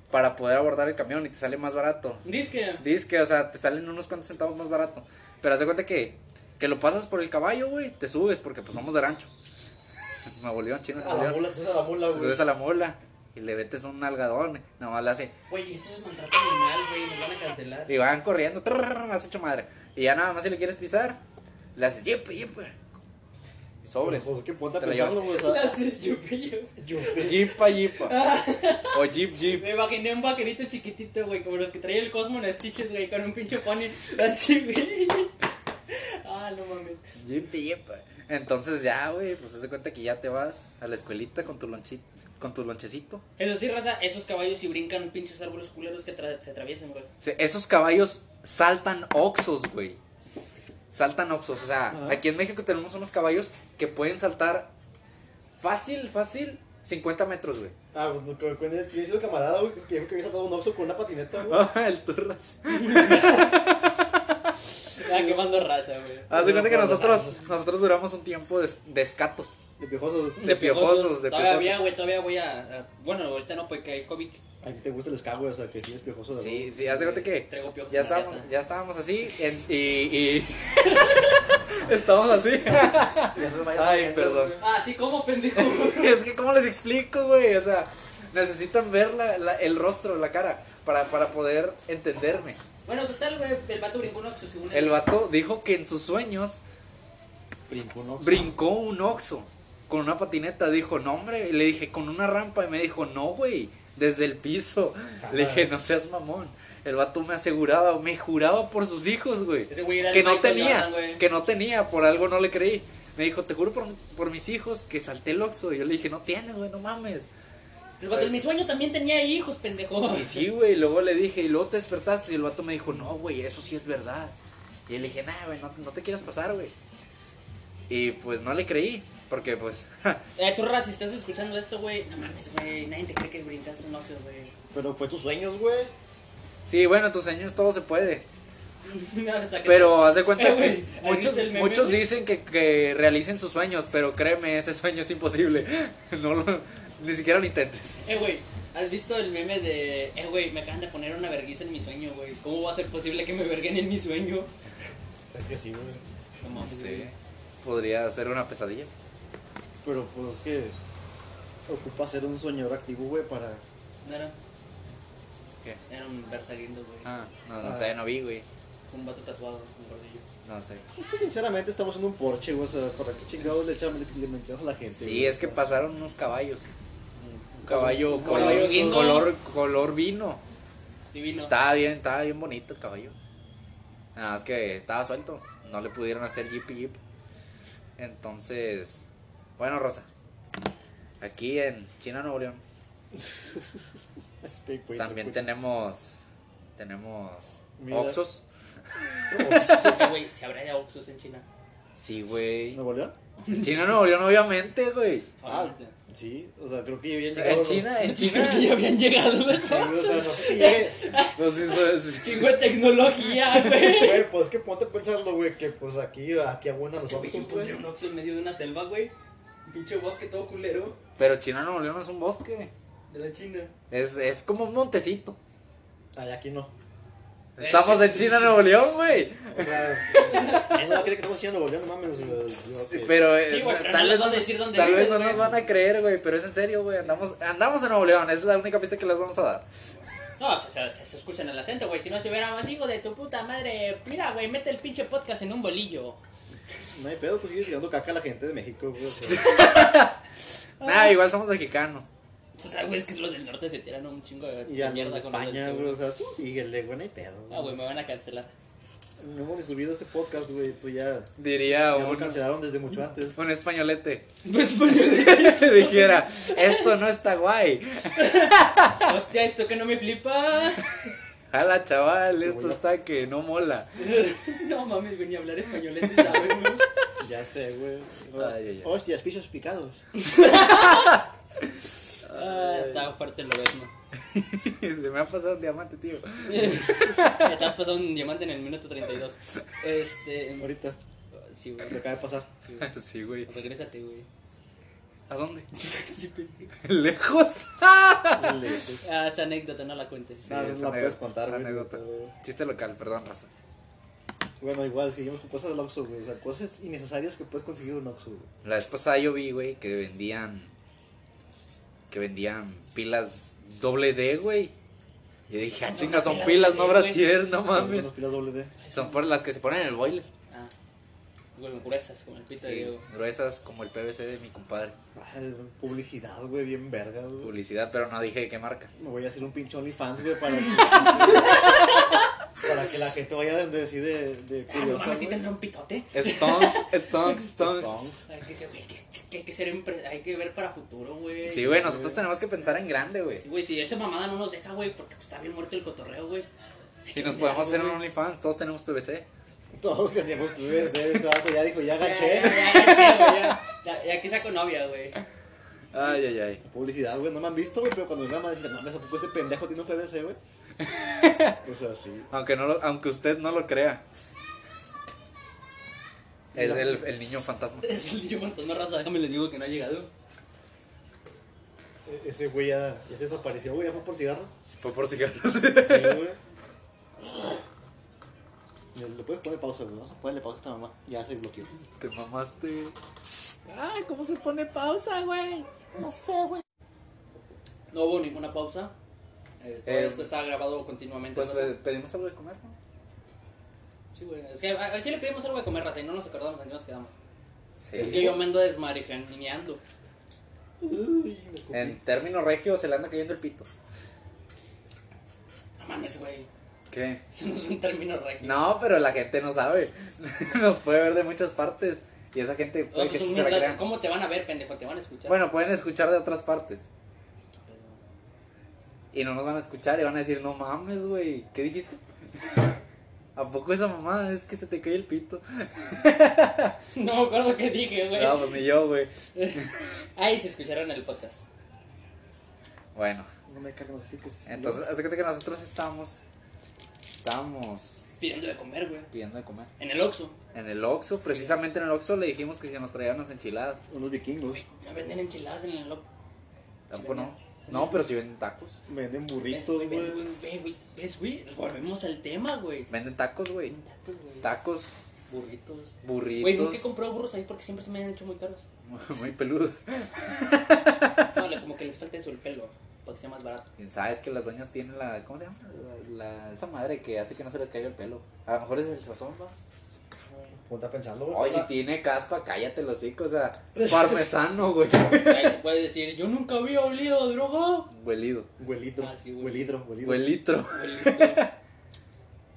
para poder abordar el camión y te sale más barato. Dice que. Dice que, o sea, te salen unos cuantos centavos más barato. Pero haz de cuenta que, que lo pasas por el caballo, güey. Te subes porque pues somos de rancho. Nuevo León, China, A Nuevo la León. mula, tú eres a la mula, Te güey. subes a la mola y le metes un algadón. Nada más le hace. Güey, eso es maltrato animal, güey. Nos van a cancelar. Y van corriendo, trrr, has hecho madre. Y ya nada más si le quieres pisar, le haces yep, yep. Y sobres. Pues, que ponte a Te la pensarlo, güey. o sea, Gracias, Yupi. yo- Jipa, jipa. O jeep, jeep. Me imaginé un vaquerito chiquitito, güey, como los que traía el Cosmo en las chiches, güey, con un pinche pony. Así, güey. Ah, no mames. Jeep, jeep. Entonces ya, güey, pues haz de cuenta que ya te vas a la escuelita con tu lonchito. Con tu lonchecito. Eso sí, raza, esos caballos si brincan pinches árboles culeros que tra- se atraviesan, güey. O sea, esos caballos saltan oxos, güey. Saltan oxos. O sea, aquí en México tenemos unos caballos que pueden saltar fácil, fácil, 50 metros, güey. Ah, pues con, con el chico camarada, güey, que dijo que había saltado un oxo con una patineta, güey. Ah, el turras. Ah, quemando raza, güey. Haz de cuenta que Por los nosotros, años. nosotros duramos un tiempo de, de escatos, De piojoso. de piojosos, de Todavía, había, piojosos. güey, todavía voy a, a- Bueno, ahorita no, porque hay COVID. A ti te gusta el ska, güey, o sea, que sí es piojoso. de Sí, sí, haz de cuenta que Eh, Traigo piojos. ya en la estábamos, jeta. ya estábamos así en- y, y estábamos así. huevo. Ya se vaya Ay, saliendo, perdón. güey. Ah, sí, ¿cómo, pendejo? Es que cómo les explico, güey, o sea, necesitan ver la- la- el rostro, la cara para, para poder entenderme. Bueno, total, güey, el vato brincó un Pues, Oxxo, según él. El vato dijo que en sus sueños Brincó un oxo. brincó un oxo con una patineta. Dijo, no, hombre. Le dije, con una rampa. Y me dijo, no, güey, desde el piso. Le dije, no seas mamón. El vato me aseguraba, me juraba por sus hijos, güey. Ese güey era el Que no Michael tenía, Jordan, güey. que no tenía, por algo no le creí. Me dijo, te juro por, por mis hijos que salté el oxo. Y yo le dije, no tienes, güey, no mames. El vato, en mi sueño también tenía hijos, pendejo. Y sí, güey, luego le dije, y luego te despertaste. Y el vato me dijo, no, güey, eso sí es verdad. Y le dije, nah, güey, no, no te quieras pasar, güey. Y pues no le creí, porque pues, Eh, tú, Raza, si estás escuchando esto, güey, no mames, güey, nadie te cree que brincaste un Oxxo, güey. Pero fue tus sueños, güey. sí, bueno, en tus sueños todo se puede. Hasta que- Pero haz de cuenta Eh, güey, que ahí muchos, viste el meme, muchos güey. dicen que, que realicen sus sueños, pero créeme, ese sueño es imposible. No lo- ni siquiera lo intentes. Eh, güey, ¿Has visto el meme de, eh, güey, me acaban de poner una vergüenza en mi sueño, güey? ¿Cómo va a ser posible que me verguen en mi sueño? Es que sí, güey. No mames, güey. Podría ser una pesadilla. Pero pues es que ocupa ser un soñador activo, güey, para... No era. ¿Qué? Era un versalindo, güey. Ah, no, Ah. no sé, no vi, güey. Con un vato tatuado, un gordillo. No sé. Es que sinceramente estamos en un Porsche, güey, o sea, ¿para qué chingados le, echamos, le, le mentimos a la gente? Sí, güey? es que O sea, pasaron unos caballos. Un caballo Un color, caballo guindo. color, color vino. Sí vino. Estaba bien, estaba bien bonito el caballo. Nada más que estaba suelto. No le pudieron hacer jeep y jeep. Entonces, bueno, Rosa. Aquí en China, Nuevo León, Este, güey, también güey. tenemos tenemos Mira. Oxos. Sí, güey, se habrá de Oxus en China. Sí, güey. ¿Nuevo León? China, Nuevo León, obviamente, güey. Ah, Ahorita. sí, o sea, creo que ya habían llegado En los- China, en China. Creo que ya habían llegado, güey. Sí, güey, o sea, no sé si llegue- No sé si Pues eso es- Chingo de tecnología, güey. Güey, pues que ponte a pensarlo, güey, que pues aquí, aquí abundan los Yo vi que Oxxos, güey. encontré un Oxxo en medio de una selva, güey. Un pinche bosque todo culero Pero China, Nuevo León es un bosque. de la China. Es, es como un montecito. Ay, aquí no. Eh, Estamos en China, Nuevo León, güey. O sea, él no cree que estamos en Nuevo León, no mames. o sea, yo que- Pero, eh, Sí, güey, pero tal no vez les vas a no- decir dónde Tal vez vives, no güey. nos van a creer, güey, pero es en serio, güey. Andamos, andamos en Nuevo León, es la única pista que les vamos a dar. No, se, se, se escuchan el acento, güey. Si no, se hubiéramos hijo de tu puta madre. Mira, güey, mete el pinche podcast en un bolillo. No hay pedo, tú sigues tirando caca a la gente de México, güey. o sea, Ah. Nah, igual somos mexicanos. Pues, ah, güey, es que los del norte se tiran un chingo de, y a mierda mierda de con los del España, sur. güey. O sea, tú síguele, güey, no hay pedo. Ah, güey, me van a cancelar. No hemos ni subido este podcast, güey. Tú ya. Diría Ya lo un, cancelaron desde mucho antes. un españolete Pues, que dijera, esto no está guay. hostia, esto que no me flipa. Jala, chaval, esto voy a- está que no mola. No mames, venía a hablar español antes de saberlo. Ya sé, güey. Ay, ay, ay. Hostias, pisos picados. Ah, está fuerte el logaritmo. Se me ha pasado un diamante, tío. Ya te has pasado pues, un diamante en el minuto 32. Este. Ahorita, Sí, güey. me acaba de pasar. Sí, güey. Sí, güey. Regrésate, güey. ¿A dónde? Sí, pendejo. Lejos. Le- pues, Ah, esa anécdota no la cuentes. No, no es la una puedes anécdota, contar, güey. anécdota. pero- Chiste local, perdón, raza. Bueno, igual, seguimos con cosas del Oxxo, güey. O sea, cosas innecesarias que puedes conseguir en un Oxxo, güey. La vez pasada yo vi, güey, que vendían. Que vendían pilas doble D, güey. Y dije, ah, chinga, son pilas, no brasier, no mames. Unas pilas doble D. Son por las que se ponen en el boiler. Ah. Güey, gruesas como el pizza, Sí, Diego. gruesas como el PVC de mi compadre. Ay, publicidad, güey, bien verga, güey. Publicidad, pero no dije de qué marca. Me voy a hacer un pinche OnlyFans, güey, para que, para que la gente vaya donde decir de, de Ah, no curiosa, mames, güey. ¿sí tendrá un pitote? Stonks, Stonks, Stonks. Stonks. Ay, que- que- güey, que- que- que hay que ser empre- hay que ver para futuro, güey. Sí, güey, nosotros tenemos que pensar en grande, güey. Sí, güey, si esta mamada no nos deja, güey, porque pues, está bien muerto el cotorreo, güey. Si nos podemos hacer un OnlyFans, todos tenemos PVC. Todos teníamos pibes, eh, ese vato ya dijo, ya Ya, ya, agaché. ya, ya, güey, ya. Ya- ya que saco novia, güey. Ay, ay, ay. Publicidad, güey, no me han visto, güey, pero cuando me mamá dice, no mames, ¿a poco ese pendejo tiene un PVC, güey? O sea, sí. Aunque, no lo- aunque usted no lo crea. Es el, el niño fantasma. Es el niño fantasma raza, déjame les digo que no ha llegado. E- Ese güey ya, ya se desapareció, güey, ya fue por cigarros. Si fue por cigarros. Sí, güey. Le le puedes poner pausa, güey. Vamos a ponerle pausa a esta mamá. Ya se bloqueó. Te mamaste. Ah, ¿cómo se pone pausa, güey? No hubo ninguna pausa. Eh, todo Eh, esto está grabado continuamente. Pues ¿no? pe- pedimos algo de comer, ¿no? Sí, güey. Es que a, a Chile pedimos algo de comer, raza, y no nos acordamos en qué nos quedamos. Sí. Es que yo me ando desmarijaneando. Uy, me escupí. En términos regios se le anda cayendo el pito. No mames, güey. ¿Qué? Eso no es un término regio. No, pero la gente no sabe. Nos puede ver de muchas partes. Y esa gente Ah, puede que pues, sí un se la mientras- crean. ¿Cómo te van a ver, pendejo? Te van a escuchar. Bueno, pueden escuchar de otras partes. Qué pedo. Y no nos van a escuchar y van a decir, no mames, güey. ¿Qué dijiste? ¿A poco esa mamada es que se te cae el pito? No me acuerdo qué dije, güey. No, pues ni yo, güey. Ahí se escucharon el podcast. Bueno, No me cargan los ticos. entonces, haz de cuenta que nosotros estábamos. Estábamos Pidiendo de comer, güey. pidiendo de comer. En el Oxxo. En el Oxxo, precisamente en el Oxxo le dijimos que si nos traían unas enchiladas. Unos vikingos. Güey, me venden enchiladas en el Oxxo. Tampoco no. No, pero si venden tacos. Venden Ves, burritos, güey, güey. ves, güey, güey, ves, güey, volvemos al tema, güey. Venden tacos, güey. Tacos, güey. Tacos, Burritos. burritos. Güey, nunca he comprado burros ahí porque siempre se me han hecho muy caros. Muy peludos. No, le- como que les falta eso el pelo, para que sea más barato. Bien, Sabes que las doñas tienen la. ¿Cómo se llama? La, la- esa madre que hace que no se les caiga el pelo. A lo mejor es el sazón, ¿no? Ponte a pensarlo, güey. Ay, si tiene caspa, cállate los hijos, o sea, parmesano, güey. Ahí se puede decir, yo nunca había olido a droga. Huelido. Huelitro. Ah, sí, güey. Huelitro, huelitro. Huelitro.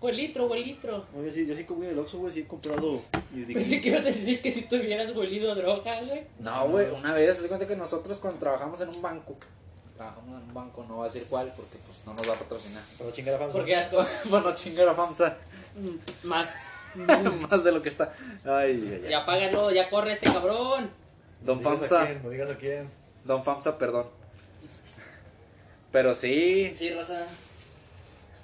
Güey, litro, güey, litro. No, yo sí, yo sí comí en el Oxxo, güey, sí he comprado mis Pensé bikinis. que ibas a decir que si tú hubieras olido a droga, güey. No, güey, una vez, se cuenta que nosotros cuando trabajamos en un banco, trabajamos en un banco, no va a decir cuál, porque pues no nos va a patrocinar. Pero chingar a fama. Porque asco. Bueno, chingar a FAMSA, Más. más de lo que está. Ay, ay, ay. Ya págalo, ya corre este cabrón. Don digas a FAMSA, quién, No digas a quién. Don FAMSA, perdón. Pero sí, Sí, raza.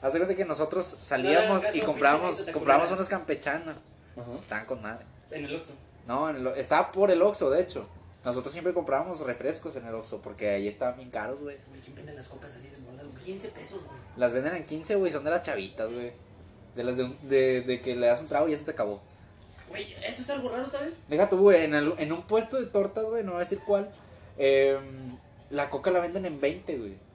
haz de cuenta que nosotros salíamos caso, y pinche comprábamos, gente comprábamos culera. unas campechanas. Ajá. Estaban con madre. En el Oxxo. No, en el- estaba por el Oxxo, de hecho. Nosotros siempre comprábamos refrescos en el Oxxo porque ahí estaban bien caros, güey. Güey, ¿quién vende las cocas a 10 bolas, güey? 15 pesos, güey. Las venden en 15, güey, son de las chavitas, güey. De las de, un- de, de que le das un trago y ya se te acabó. Güey, eso es algo raro, ¿sabes? Deja tú, güey, en, al- en un puesto de tortas, güey, no voy a decir cuál. em, la coca la venden en 20, güey.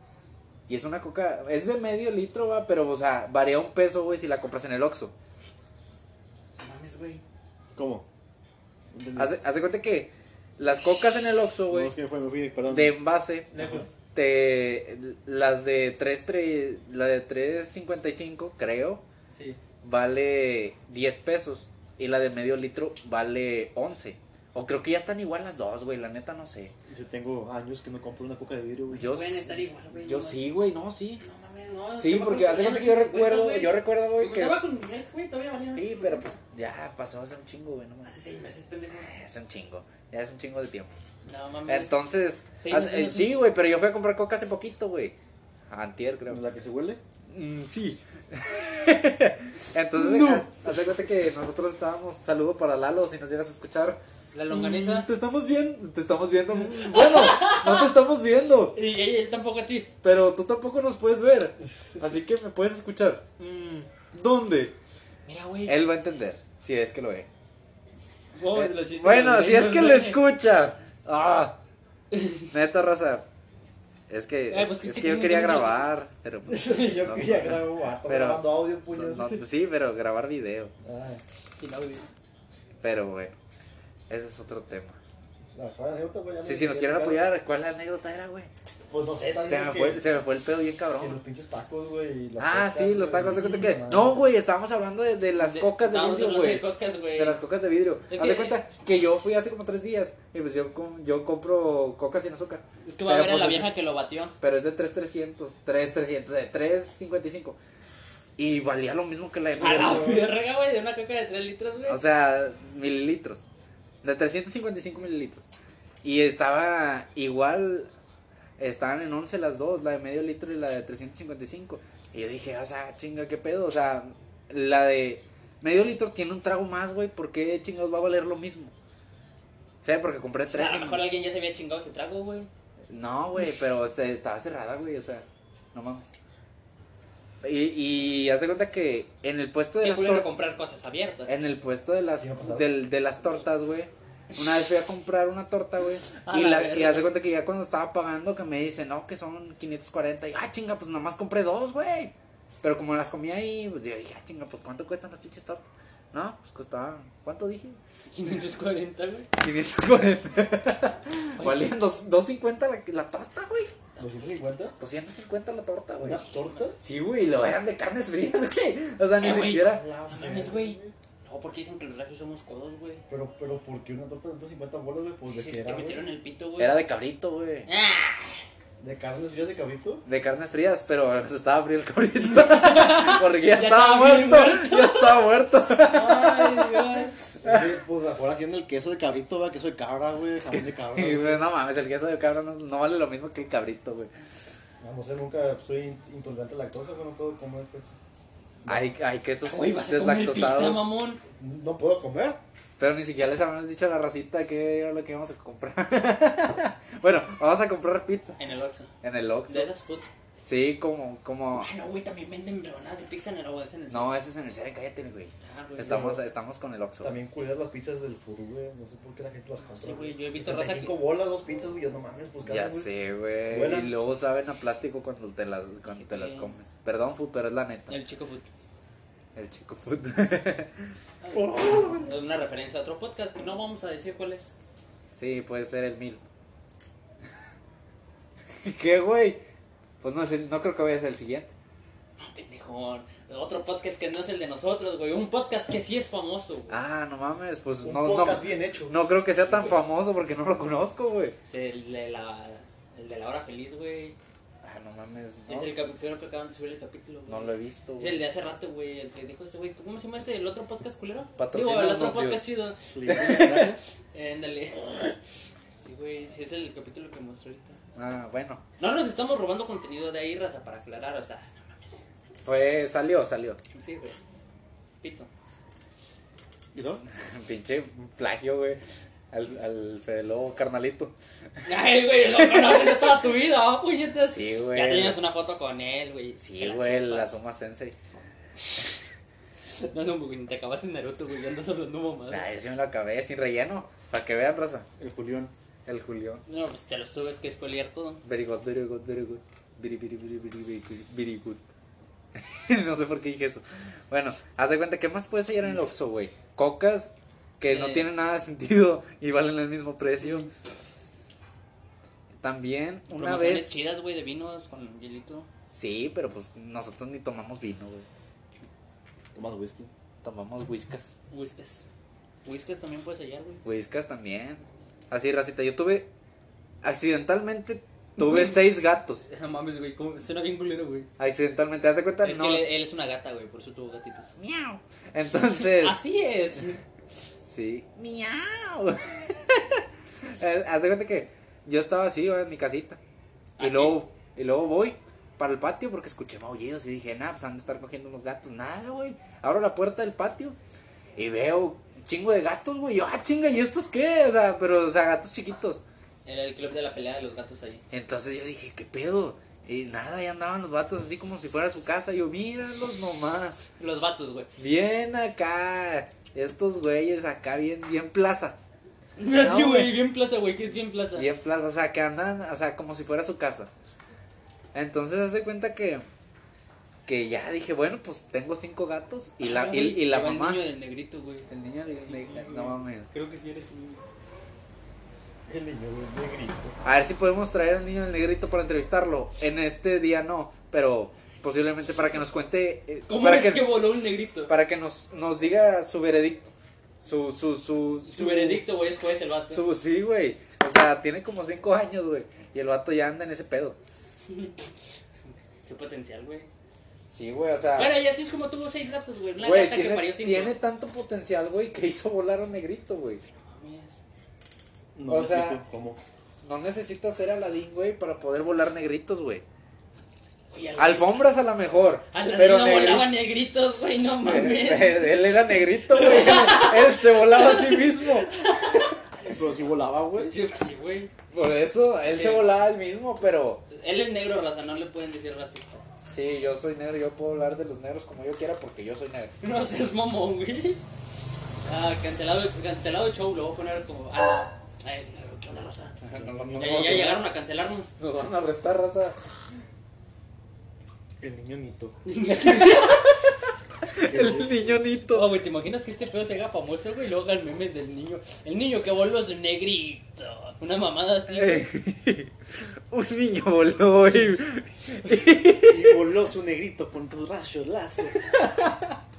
Y es una coca, es de medio litro, va, pero, o sea, varía un peso, güey, si la compras en el Oxxo. No mames, güey. ¿Cómo? No entendí. Haz, de- haz de cuenta que las cocas en el Oxxo, Mm. No, güey, es que me fui, me fui, perdón. de envase, Lejos. te las de 3, tre- la de 3.55 creo Sí. vale 10 pesos y la de medio litro vale 11 o creo que ya están igual las dos güey la neta no sé Yo tengo años que no compro una coca de vidrio, güey. Pues yo Pueden sí- estar igual, güey. yo no Ah, sí güey no sí mames. No mames, no. sí porque haz de cuenta que yo recuerdo yo recuerdo güey que Estaba con mujeres, güey, todavía valía sí pero pues ya pasó hace un chingo güey no mames. Hace 6 meses, pendejo. hace un chingo ya es un chingo de tiempo No mames. entonces Sí, haz- sí, eh, sí. sí güey pero yo fui a comprar coca hace poquito güey antier creo ¿La que se huele? Mm, sí. Entonces, hace cuenta que nosotros estábamos. Saludo para Lalo, si nos llegas a escuchar. La longaniza. Mm, Te estamos viendo. Te estamos viendo. Mm, Bueno, no te estamos viendo. Y ella tampoco a ti. Pero tú tampoco nos puedes ver. Así que me puedes escuchar. Mm, ¿Dónde? Mira, güey. Él va a entender. Si es que lo ve. Oh, Eh, los chistes bueno, de si es que lo güey. escucha. Ah. Neta, raza. Es que, Ay, pues, es- que es sí, que yo que quería no- grabar. Pero pues, yo no, quería no, grabar, estaba Pero- grabando audio, puño. no, no, sí, pero grabar video. Ay, Sin audio. Pero bueno, ese es otro tema. la cara de otro, güey, ya Sí, me- si nos ya quieren me- apoyar, ¿cuál anécdota era, güey? Pues no sé, Se también me, que- fue, se me fue el pedo bien que los cabrón. pinches tacos, güey. y las Ah, cocas, sí, los güey. tacos. haz de cuenta que... Madre. No, güey, estábamos hablando de, de las De- cocas de estábamos vidrio, hablando de güey. cocas, güey. De las cocas de vidrio. Es Haz que- de cuenta que yo fui hace como tres días y pues yo, com- yo compro coca sin azúcar. Es que va a Pero ver a pues la es- vieja que lo batió. Pero es de 3,300. 3,300, de 3,55. Y valía lo mismo que la de A la vidrio. verga, güey, de una coca de 3 litros, güey. O sea, mililitros. De 355 mililitros. Y estaba igual. Estaban en 11 las dos, la de medio litro y la de 355. Y yo dije, o sea, chinga, qué pedo. O sea, la de medio litro tiene un trago más, güey. ¿Por qué chingados va a valer lo mismo? O sea, porque compré O sea, tres. a y- lo mejor alguien ya se había chingado ese trago, güey. No, güey, pero este, estaba cerrada, güey. O sea, no mames. Y, y haz de cuenta que en el puesto de Qué las culero tor- comprar cosas abiertas. en el puesto de las, Sí, me ha pasado. del- de las tortas, güey. Una vez fui a comprar una torta, güey. A Y, la la, verga. y hace cuenta que ya cuando estaba pagando, que me dice, no, que son 540. Y, ah, chinga, pues nada más compré dos, güey. Pero como las comí ahí, pues yo dije, ah, chinga, pues cuánto cuestan las pinches tortas. No, pues costaban, ¿cuánto dije? 540, güey. 540. Valían dos- 250 la, la torta, güey. ¿250? 250 la torta, güey. ¿Una torta? Sí, güey, lo eran de carnes frías, güey. O sea, ni Eh, güey. siquiera. No mames, güey. No, porque dicen que los regios somos codos, güey. Pero, pero, ¿por qué una torta de 250 bolas, güey? Pues de Se qué te era, güey? metieron el pito, güey. ¡Ah! Era de cabrito, güey. ¿De carnes frías de cabrito? De carnes frías, pero se estaba frío el cabrito. Porque ya, Ya estaba, estaba bien muerto, Ya estaba muerto. Ay, Dios. Oye, pues afuera haciendo el queso de cabrito, va, queso de cabra, güey, jamón de cabra. Y güey. pues, no mames, el queso de cabra no, no vale lo mismo que el cabrito, güey. No, no sé, nunca soy in- intolerante a la lactosa, güey, no puedo comer pues. queso. Hay, hay quesos Güey, vas a comer pizza, deslactosados. mamón. No puedo comer. Pero ni siquiera les habíamos dicho a la racita que era lo que íbamos a comprar. bueno, vamos a comprar pizza En el Oxxo. en el Oxxo. De esas food. Sí, como, como. Bueno, güey, también venden rebanadas de pizza en el Oxxo. en el No, ese es en el CD, cállate, güey. Ah, güey, Estamos, estamos con el Oxxo. También cuidar las pizzas del furú, güey. No sé por qué la gente las compra. Sí, güey, yo he visto raza 75 bolas, dos pizzas, güey. Yo no mames, pues cada Ya güey. sé, güey. Vuelan. Y luego saben a plástico cuando te las, cuando Sí, te las güey. comes. Perdón, food, pero es la neta. El chico food. El chico food. Oh. Es una referencia a otro podcast que no vamos a decir cuál es. sí, puede ser el mil. ¿Qué, güey? Pues no, es el- no creo que vaya a ser el siguiente. Pendejón. Otro podcast que no es el de nosotros, güey. Un podcast que sí es famoso, güey. Ah, no mames, pues Un no, no, podcast bien hecho. no creo que sea tan famoso porque no lo conozco, güey. Es el de la, el de la hora feliz, güey. Ah, no mames, Es el no, cap- creo que acaban de subir el capítulo, güey. no lo he visto, Es el güey. de hace rato, güey, el que dijo este güey. ¿Cómo se llama ese? ¿El otro podcast culero? Patrocina Digo, el los otro dios. podcast chido. Libre. Eh, Ándale. Sí, güey, sí, es el capítulo que mostré ahorita. Ah, bueno. No nos estamos robando contenido de ahí, raza, para aclarar, o sea, no mames. Fue, salió, salió. Sí, güey. Pito. ¿Y no? Pinche plagio, güey. Al, al Fede Lobo, carnalito. Ay, güey, lo conoces de toda tu vida, ¿no, puñetas. Sí, güey. Ya tenías una foto con él, güey. Sí, Te la güey, la chupas. Soma Sensei. No, no, güey, te acabaste en Naruto, güey, ya andas hablando mamadas. Nah, yo sí me lo acabé sin relleno. Para que vean, raza. El Julián. El Julián. No, pues te lo subes que es spoilear todo. Very good, very good, very good. Very, very, very, very, very good. Very good. no sé por qué dije eso. Bueno, haz de cuenta, ¿qué más puedes hallar en el Oxxo, güey? Cocas que no Eh. tienen nada de sentido y valen el mismo precio. También, una Promociones vez... chidas, güey, de vinos con hielito. Sí, pero pues nosotros ni tomamos vino, güey. Tomas whisky. Tomamos whiskas. Whiskas. Whiskas también puedes hallar, güey. Whiskas también. Así, racita, yo tuve... Accidentalmente tuve seis gatos. No mames, güey, como- suena bien culero, güey. Accidentalmente, ¿te das cuenta? Es no. que él, él es una gata, güey, por eso tuvo gatitos. Entonces, Así es. sí. Miau. Eh, Haz de cuenta que yo estaba así, güey, en mi casita. Y Aquí. luego, y luego voy para el patio porque escuché maullidos y dije, nah, pues han de estar cogiendo unos gatos. Nada, güey. Abro la puerta del patio y veo un chingo de gatos, güey. Yo, ah, chinga, ¿y estos qué? O sea, pero, o sea, gatos chiquitos. Era el club de la pelea de los gatos ahí. Entonces yo dije, ¿qué pedo? Y nada, ahí andaban los vatos así como si fuera su casa. Yo, míralos nomás. Los vatos, güey. Bien acá. Estos güeyes acá, bien, bien plaza. Así, güey. güey, bien plaza, güey, que es bien plaza. Bien plaza, o sea, que andan, o sea, como si fuera su casa. Entonces, haz de cuenta que. Que ya dije, bueno, pues tengo cinco gatos. Y la, y, y la Ahí Ah, va mamá. El niño del negrito, güey. El niño le- le- Sí, güey. no mames. Creo que sí eres un niño. El niño, güey, negrito. A ver si podemos traer al niño del negrito para entrevistarlo. En este día no, pero posiblemente para que nos cuente. eh, ¿Cómo para es que... voló un negrito? para que nos, nos diga su veredicto. Su, su, su, Su veredicto, güey, es juez el vato. Su, sí, güey. O sea, tiene como cinco años, güey. Y el vato ya anda en ese pedo. Su potencial, güey. Sí, güey, o sea. Bueno, y así es como tuvo seis gatos, güey. Una Ah. Güey, gata que tiene, parió cinco. tiene tanto potencial, güey, que hizo volar a un negrito, güey. Mames. No O me sea- explico cómo. No necesitas ser Aladín, güey, para poder volar negritos, güey. Güey, al- Alfombras a la mejor. al pero no negri- volaban negritos, güey, no mames. Él era negrito, güey. Él, él se volaba a sí mismo. Pero si volaba, güey. Sí, Así, güey. Por eso, él se Sí. volaba él mismo, pero. Él es negro, raza, no le pueden decir racista. Sí, yo soy negro, yo puedo hablar de los negros como yo quiera porque yo soy negro. No seas mamón, güey. Ah, cancelado, cancelado el show, lo voy a poner como. Ah, ay, ¿qué onda, Rosa? No, no, no, Ya, no, ya sí. llegaron a cancelarnos. Nos van a arrestar, raza. El niño Nito. El niñonito. Oh, güey, ¿te imaginas que este pedo se haga famoso, güey? Y luego hagan memes del niño. El niño que volvió a su negrito. Una mamada así. güey. Un niño voló, güey. Y voló su negrito con tus rayos lazo.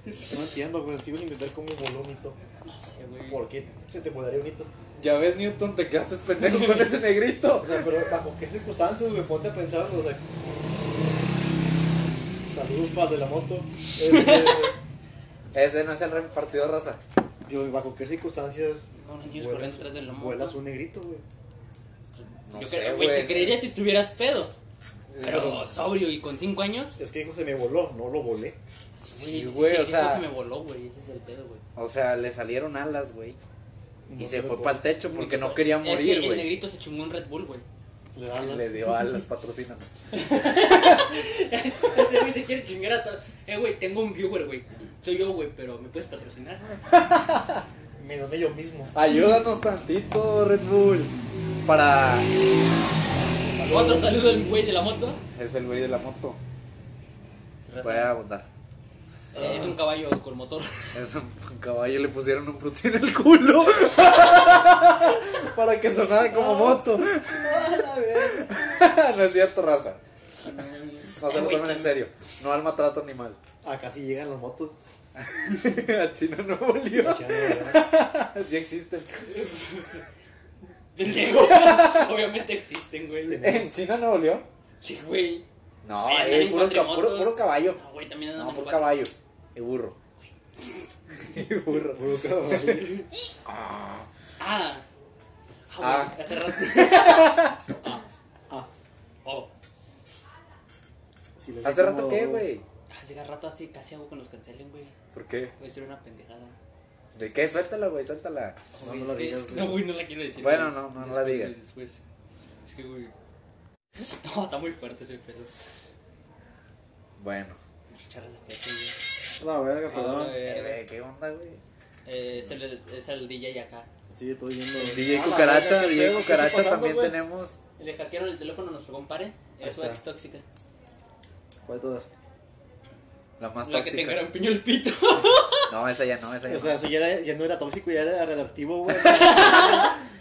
No entiendo, güey. Sigo sin entender cómo voló Nito. No sé, güey. ¿Por qué se te volaría un Nito? Ya ves, Newton, te quedaste pendejo con ese negrito. O sea, pero bajo qué circunstancias, güey, ponte a pensar, o sea. Saludos para de la moto. Este, Ese no es el repartidor, raza. digo, bajo qué circunstancias Con niños corriendo vuelas, atrás del lomo. vuelas un negrito, güey. No Yo sé, Eh, creo, güey, te creería si estuvieras pedo. Pero Pero- sobrio y con 5 años. Es que dijo se me voló, no lo volé. Sí, güey, o ese sea- hijo se me voló, güey. Ese es el pedo, güey. O sea, le salieron alas, güey. Y se fue para el techo porque no quería Es que morir, el güey. negrito se chingó un Red Bull, güey. Le da alas. Le dio a las patrocínanos. Ese güey se quiere chingar a todos. Eh, güey, tengo un viewer, güey. Soy yo, güey, pero ¿me puedes patrocinar? Me doné yo mismo. Ayúdanos tantito, Red Bull. Para. Otro saludo del güey de la moto. Es el güey de la moto. Se rasca. Voy a abundar. Eh, Es un caballo con motor. Es un caballo, le pusieron un frutí en el culo. para que sonara como moto. no es cierto, raza. No se Eh, lo güey, tomen en sí. serio. No al maltrato animal. Acá sí llegan las motos. A China no volvió. Ya, ya, ya. Sí existen. Pendejo. Obviamente existen, güey. ¿En China no volvió? Sí, güey. No, Eh, eh, andan puro, ca- en cuatrimotos. puro- puro caballo. No, güey, también andan No, en puro cuatro. caballo. Y burro. Y burro. Puro caballo. Ah. Ah. Ah, güey, hace rato. ah. Ah. Oh. Si les ¿Hace digo rato como- qué, güey? Hace rato así casi hago con los cancelen, güey. ¿Por qué? Voy a decir una pendejada. ¿De qué? Suéltala, güey, suéltala. Güey, no lo es que- digas, güey. No, güey, no la quiero decir. Bueno, no, güey. no, no Después, la güey, digas. Después. Es que, güey. No, está muy fuerte ese pedo. Bueno. Charles la fuerte, güey. No, verga, Ah, perdón. Eh, güey. güey, ¿Qué onda, güey? Eh, es, el, es el DJ acá. Sí, estoy viendo. DJ Ah, la Cucaracha, verga, ¿qué DJ pedo? ¿Qué está Cucaracha pasando, también güey? tenemos. Le hackearon el teléfono a nuestro compare. Ahí Es su está. ex tóxica. ¿Cuál de todas? La más la que te tóxica. engarampiñó el pito. No, esa ya no, esa ya O sea, no. eso ya, era- ya no era tóxico, ya era radioactivo, güey.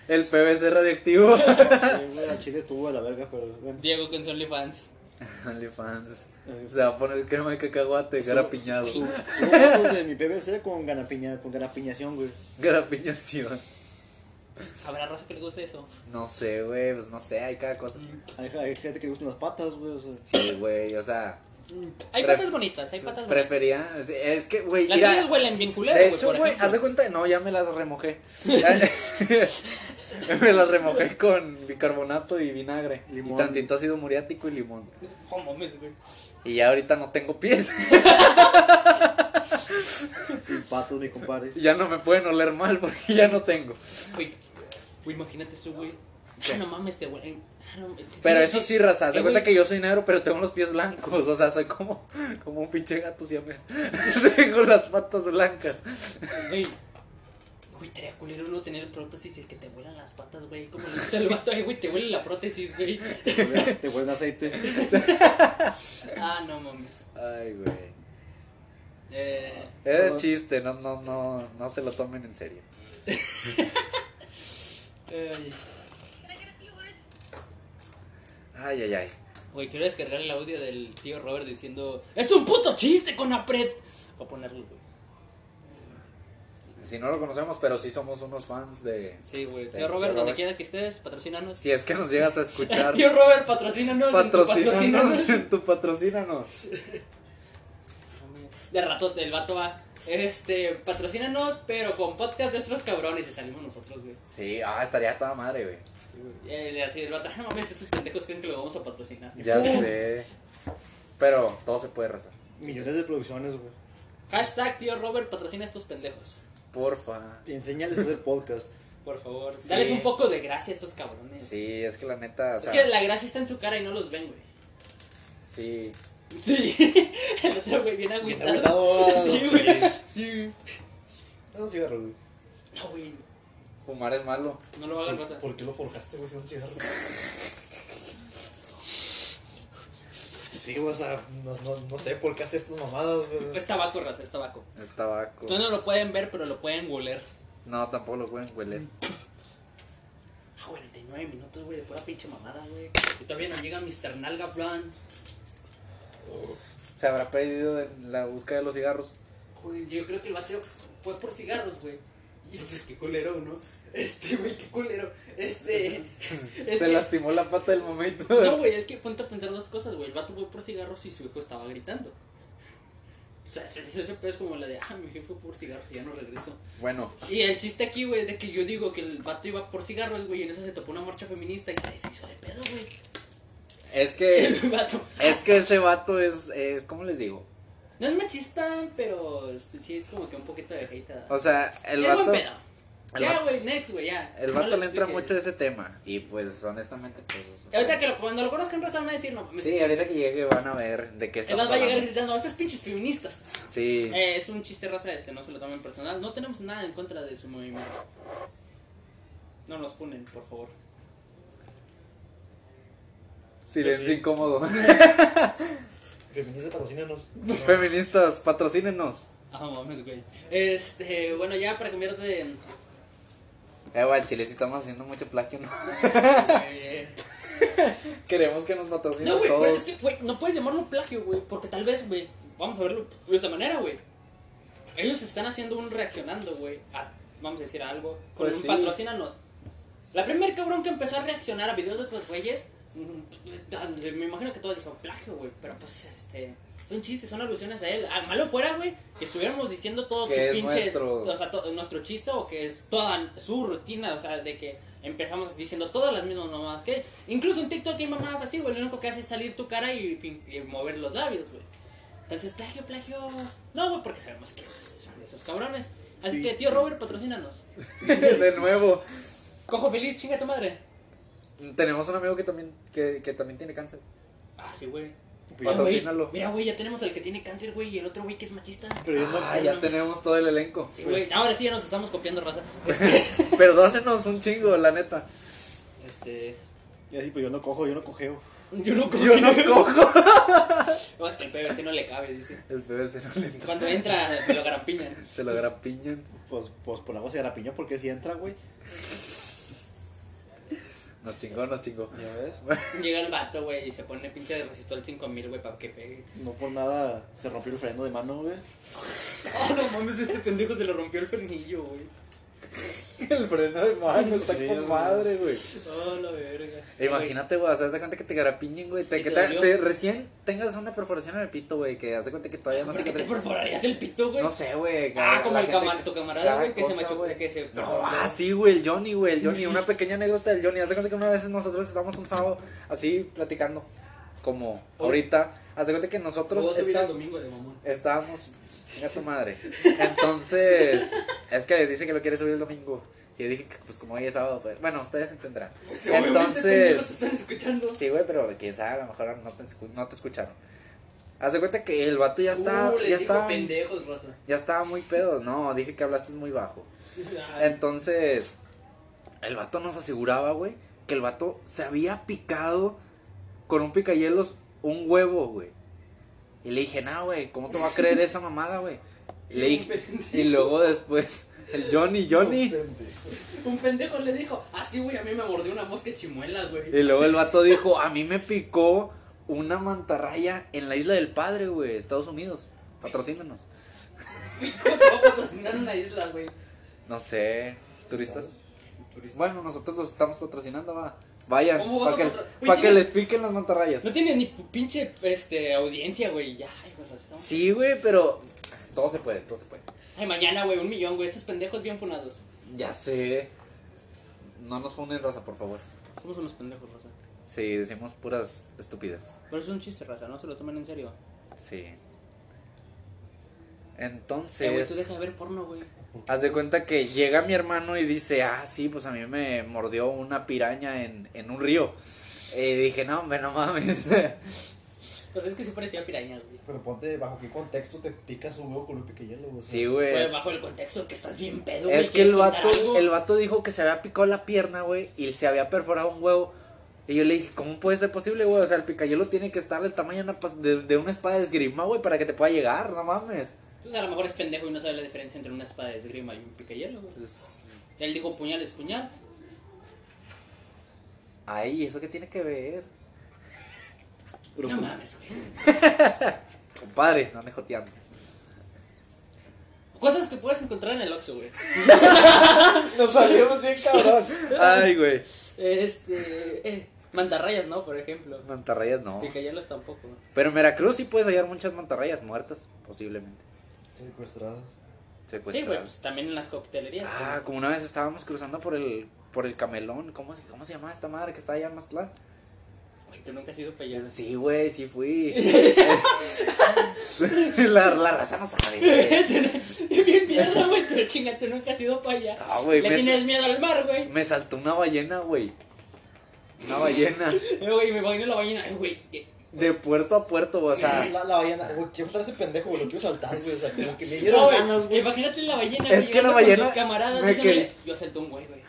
El PVC radioactivo. Sí, güey, al chile estuvo de la verga, pero bueno. Diego con su OnlyFans. OnlyFans. Así es. Se va a poner crema de cacahuate, garapiñado. Su- Subo fotos de mi PVC con ganapiña, con ganapiñación, güey. Garapiñación. Habrá raza que le guste eso. No sé, güey, pues no sé, hay cada cosa. Hay, hay gente que le gustan las patas, güey. O sea, Sí, güey, o sea, Hay Pref- patas bonitas, hay patas bonitas. prefería. Es que, güey, Las mira. tuyas huelen bien culero, De güey. hecho, por güey, ejemplo. haz de cuenta. No, ya me las remojé. me las remojé con bicarbonato y vinagre. Limón. Y tantito ácido muriático y limón. Oh, mames, güey. Y ya ahorita no tengo pies. sin patas, mi compadre. ya no me pueden oler mal porque ya no tengo. Güey, güey, imagínate eso, güey. ¿Qué? Ah, no mames, te huelen. Ah, no, Pero eso sí, raza. Haz Eh, de cuenta güey. que yo soy negro, pero tengo los pies blancos. O sea, soy como, como un pinche gato siamés. tengo las patas blancas. Güey, güey, estaría culero no tener prótesis y que te vuelan las patas, güey. Como le gusta el vato, ay, güey, te huele la prótesis, güey. Te huele- Te huele aceite. Ah, no mames. Ay, güey. Eh, Era un chiste, no, no, no, no se lo tomen en serio. ay. Ay, ay, ay. Güey, quiero descargar el audio del tío Robert diciendo: ¡Es un puto chiste con Apret! Voy a ponerlo, güey. Si no lo conocemos, pero sí somos unos fans de. Sí, güey. Tío Tío Robert, donde Robert. quiera que estés, patrocínanos. Si es que nos llegas a escuchar, Tío Robert, patrocínanos. en tu patrocínanos patrocínanos. en tu patrocínanos. De rato el vato va. Este, patrocínanos, pero con podcast de estos cabrones y salimos nosotros, güey. Sí, ah, estaría toda madre, güey. Y él así el vato, "Ah, no mames, estos pendejos creen que lo vamos a patrocinar. Ya sé. Pero todo se puede rezar. Millones de producciones, güey. Hashtag tío Robert patrocina a estos pendejos. Porfa. Enséñales a hacer podcast. Por favor. Sí. Dales un poco de gracia a estos cabrones. Sí, es que la neta, o es sea, que la gracia está en su cara y no los ven, güey. sí. Sí. el otro güey bien Bien agüitado. agüitado, Sí, sí, güey. sí. Es un cigarro, güey. No, güey. Fumar es malo. No lo hagan pasar. ¿Por qué lo forjaste, güey? Si Es un cigarro. Sí, güey, o sea, no, no, no sé por qué hace estas mamadas, güey. Es tabaco, raza, es tabaco. El tabaco. Ustedes no lo pueden ver, pero lo pueden oler. No, tampoco lo pueden hueler. Ah, 49 minutos, güey, de pura pinche mamada, güey. Y todavía no llega Mr. Nalga Plan. Se habrá perdido en la búsqueda de los cigarros. Güey, yo creo que el vato fue por cigarros, güey. Y yo, pues qué culero, ¿no? Este, güey, qué culero. Este. es Se que- lastimó la pata del momento. No, güey, es que ponte a pensar dos cosas, güey. El vato fue por cigarros y su hijo estaba gritando. O sea, ese ese pedo es como la de, ah, mi hijo fue por cigarros y ya no regreso. Bueno, Y el chiste aquí, güey, es de que yo digo que el vato iba por cigarros, güey, y en eso se topó una marcha feminista y ay, se hizo de pedo, güey. es que El vato. es que ese vato es es ¿cómo les digo? este, No es machista, pero sí sí es como que un poquito de hate. a- O sea, el es buen vato pedo. El Ya, vato- güey, next, güey, ya. El No vato le entra expliques. mucho a ese tema. Y pues, honestamente, pues. Y ahorita que lo- cuando lo conozcan, raza van a decir, no mames. Sí, ahorita que llegue van a ver de qué Es estamos más, va a llegar hablando. gritando, esas pinches feministas. Sí. Eh, es un chiste raza este, no se lo tomen personal. No tenemos nada en contra de su movimiento. No nos funen, por favor. Silencio incómodo. Feminista patrocínanos. Feministas, patrocínenos. Ah, mames, güey. Este, bueno, ya para cambiar de. Eh, güey, al Chile, si estamos haciendo mucho plagio, ¿no? Eh, Queremos que nos patrocinen No, güey, todos. pero es que, güey, no puedes llamarlo plagio, güey, porque tal vez, güey, vamos a verlo de esta manera, güey. Ellos están haciendo un reaccionando, güey, a, vamos a decir a algo, con Pues un sí. patrocínanos. La primer cabrón que empezó a reaccionar a videos de otros güeyes, mm, me imagino que todos dijeron plagio, güey, pero pues, este, son chistes, son alusiones a él. Al malo fuera, güey, que estuviéramos diciendo todo Que su es pinche, nuestro- o sea, to- nuestro chiste o que es toda su rutina, o sea, de que empezamos diciendo todas las mismas mamadas que incluso en TikTok hay mamadas así, güey, lo único que hace es salir tu cara y, pin- y mover los labios, güey. Entonces, plagio, plagio. No, güey, porque sabemos que son esos cabrones. Así que, tío Robert, patrocínanos. De nuevo, Cojo feliz, chinga tu madre. tenemos un amigo que también, que, que también tiene cáncer. Ah, sí, güey. Pues Mira, güey, Patrocínalo. Mira, güey, ya tenemos al que tiene cáncer, güey, y el otro güey que es machista. Pero yo no. Ah, ya tenemos todo el elenco. Sí, güey, ahora sí ya nos estamos copiando raza. Perdónenos un chingo, la neta. Este. Y así, pues yo no cojo, yo no cojeo. Yo no cojo. Yo no cojo. No, es que el PVC no le cabe, dice. El bebé se lo, le- Cuando entra, me lo garampiña. se lo grapiñan. Pues, pues por agua se garapiñó porque si entra, güey. Nos chingó, nos chingó. Ya ves. Llega el vato, güey, y se pone pinche de resistol 5000, güey, para que pegue. No por nada se rompió el freno de mano, güey. Oh, no mames, este pendejo se le rompió el pernillo, güey. El freno de mano está Sí, con es madre, güey. Oh, la verga. Imagínate, güey, o sea, haz de cuenta que te garapiñen, güey. Te, ¿Y que te te- dolió? te- recién tengas una perforación en el pito, güey, que haz de cuenta que todavía no ¿Por qué te cicatriz. perforarías el pito, güey? No sé, güey. Ah, la como el gente camar- que- tu camarada, cada güey, que se cosa, machucó, güey. que se- No, ah, sí, güey, el Johnny, güey, el Johnny. Una pequeña anécdota del Johnny. Haz de cuenta que una vez nosotros estábamos un sábado así platicando, como ahorita. Haz de cuenta que nosotros Vos subir está- el domingo de mamón. estábamos. Mira tu madre. Entonces, es que dice que lo quiere subir el domingo. Y yo dije, que, pues como hoy es sábado, pues. Bueno, ustedes entenderán. Entonces. te están escuchando. Sí, güey, pero quién sabe, a lo mejor no te, escu- no te escucharon. Haz de cuenta que el vato ya está. Uh, les ya digo está. pendejos, raza. Ya estaba muy pedo, no, dije que hablaste muy bajo. Entonces, el vato nos aseguraba, güey, que el vato se había picado con un picayelos un huevo, güey. Y le dije, nah, güey, ¿cómo te va a creer esa mamada, güey? Y le dije, y luego después, el Johnny, Johnny. Un pendejo le dijo, ah, sí, güey, a mí me mordió una mosca chimuela, güey. Y luego el vato dijo, a mí me picó una mantarraya en la isla del padre, güey, Estados Unidos. Patrocínanos. Güey, ¿Cómo te va a patrocinar una isla, güey? No sé, turistas. Bueno, nosotros los estamos patrocinando, va. Vayan, ¿Cómo vas para a que, patro- Oye, pa' que tiene- les piquen las mantarrayas. No tiene ni pu- pinche este, audiencia, güey. Ya, ay, güey, los estamos- Sí, güey, pero todo se puede, todo se puede. Ay, mañana, güey, un millón, güey. Estos pendejos bien funados. Ya sé. No nos funen raza, por favor. Somos unos pendejos, raza. Sí, decimos puras estúpidas. Pero es un chiste, raza, no se lo tomen en serio. Sí. Sí, güey, tú Entonces, deja de ver porno, güey. haz de cuenta que llega mi hermano y dice, ah, sí, pues a mí me mordió una piraña en, en un río. Y dije, no, hombre, no mames. Pues es que sí parecía piraña, güey. Pero ponte, ¿bajo qué contexto te picas un huevo con un piquillelo, güey? sí, güey. Güey, es- bajo el contexto que estás bien pedo, güey. Es que ¿quieres el contar vato, algo? el vato dijo que se había picado la pierna, güey, y se había perforado un huevo. Y yo le dije, ¿cómo puede ser posible, güey? O sea, el picayelo tiene que estar del tamaño de una, pas- de, de una espada de esgrima, güey, para que te pueda llegar, no mames. Pues a lo mejor es pendejo y no sabe la diferencia entre una espada de esgrima y un picayelo, güey. Pues, Él dijo puñal es puñal. ay, ¿eso qué tiene que ver? Pero, No mames, güey. Compadre, no me joteando. Cosas que puedes encontrar en el Oxxo, güey. Nos salimos bien cabrón. Ay, güey. Este. Eh, mantarrayas, ¿no? Por ejemplo. Mantarrayas no. Picayelos tampoco. Pero en Veracruz sí puedes hallar muchas mantarrayas muertas, posiblemente. Secuestradas. sí, güey, Secuestradas. pues también en las coctelerías. ah, como una vez estábamos cruzando por el, por el camelón. ¿Cómo, se- ¿Cómo se llamaba esta madre que está allá en Mazatlán? Güey, tú nunca has ido para allá. Sí, güey, sí fui. la, la raza no sabe. güey. Y bien mierda, güey. Tú chinga, tú nunca has ido para allá. Ah, güey, Le me- tienes miedo al mar, güey. Me saltó una ballena, güey. Una ballena. Eh, Güey, me imagino la ballena. Ay, güey. qué- De puerto a puerto, o sea. La, la ballena, güey, quiero estar ese pendejo, güey, lo quiero saltar, güey, o sea, como que me No, dieron güey, ganas, güey. Imagínate la Es ballena. que la llegando ballena Con sus camaradas me diciéndole, quería- Yo salto un güey, güey.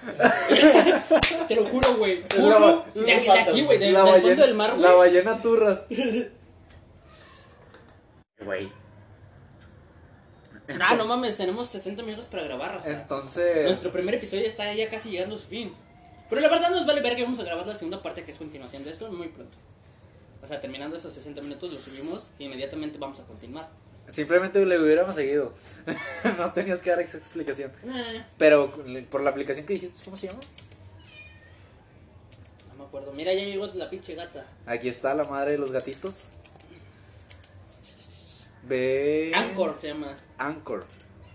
Te lo juro, güey. La Juro. ba- De, la de saltas, aquí, güey. de- la Del fondo ballena, del mar, la güey. ballena turras. Güey. Ah, no mames. Tenemos 60 minutos para grabar, o sea. Entonces, Nuestro primer episodio está ya casi llegando a su fin. Pero la verdad nos vale ver que vamos a grabar la segunda parte que es continuación de esto muy pronto. O sea, terminando esos 60 minutos lo subimos e inmediatamente vamos a continuar. simplemente le hubiéramos seguido. no tenías que dar esa explicación. Eh, Pero por la aplicación que dijiste, ¿cómo se llama? no me acuerdo. Mira, ya llegó la pinche gata. Aquí está la madre de los gatitos. Ve. Anchor se llama. Anchor.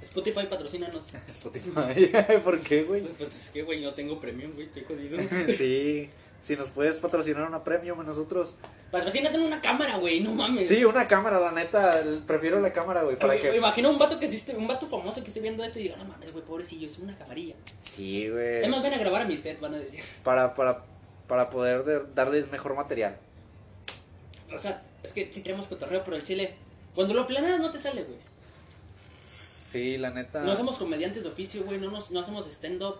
Spotify patrocínanos. Spotify. ¿Por qué, güey? Güey, Pues es que, güey, no tengo premium, güey, estoy jodido. Sí. Si nos puedes patrocinar una premium a nosotros. Patrocínate en una cámara, güey, no mames. Sí, una cámara, la neta. el- Prefiero la cámara, güey. Para Güey, me que. imagino un vato que existe, un vato famoso que esté viendo esto y diga, no mames, güey, pobrecillo, es una camarilla. Sí, Es más, güey. ven a grabar a mi set, van a decir. Para, para, para poder de- darles mejor material. O sea, es que sí queremos cotorreo, pero el chile, cuando lo planeas no te sale, güey. Sí, la neta. No somos comediantes de oficio, güey, no, nos, no hacemos stand-up.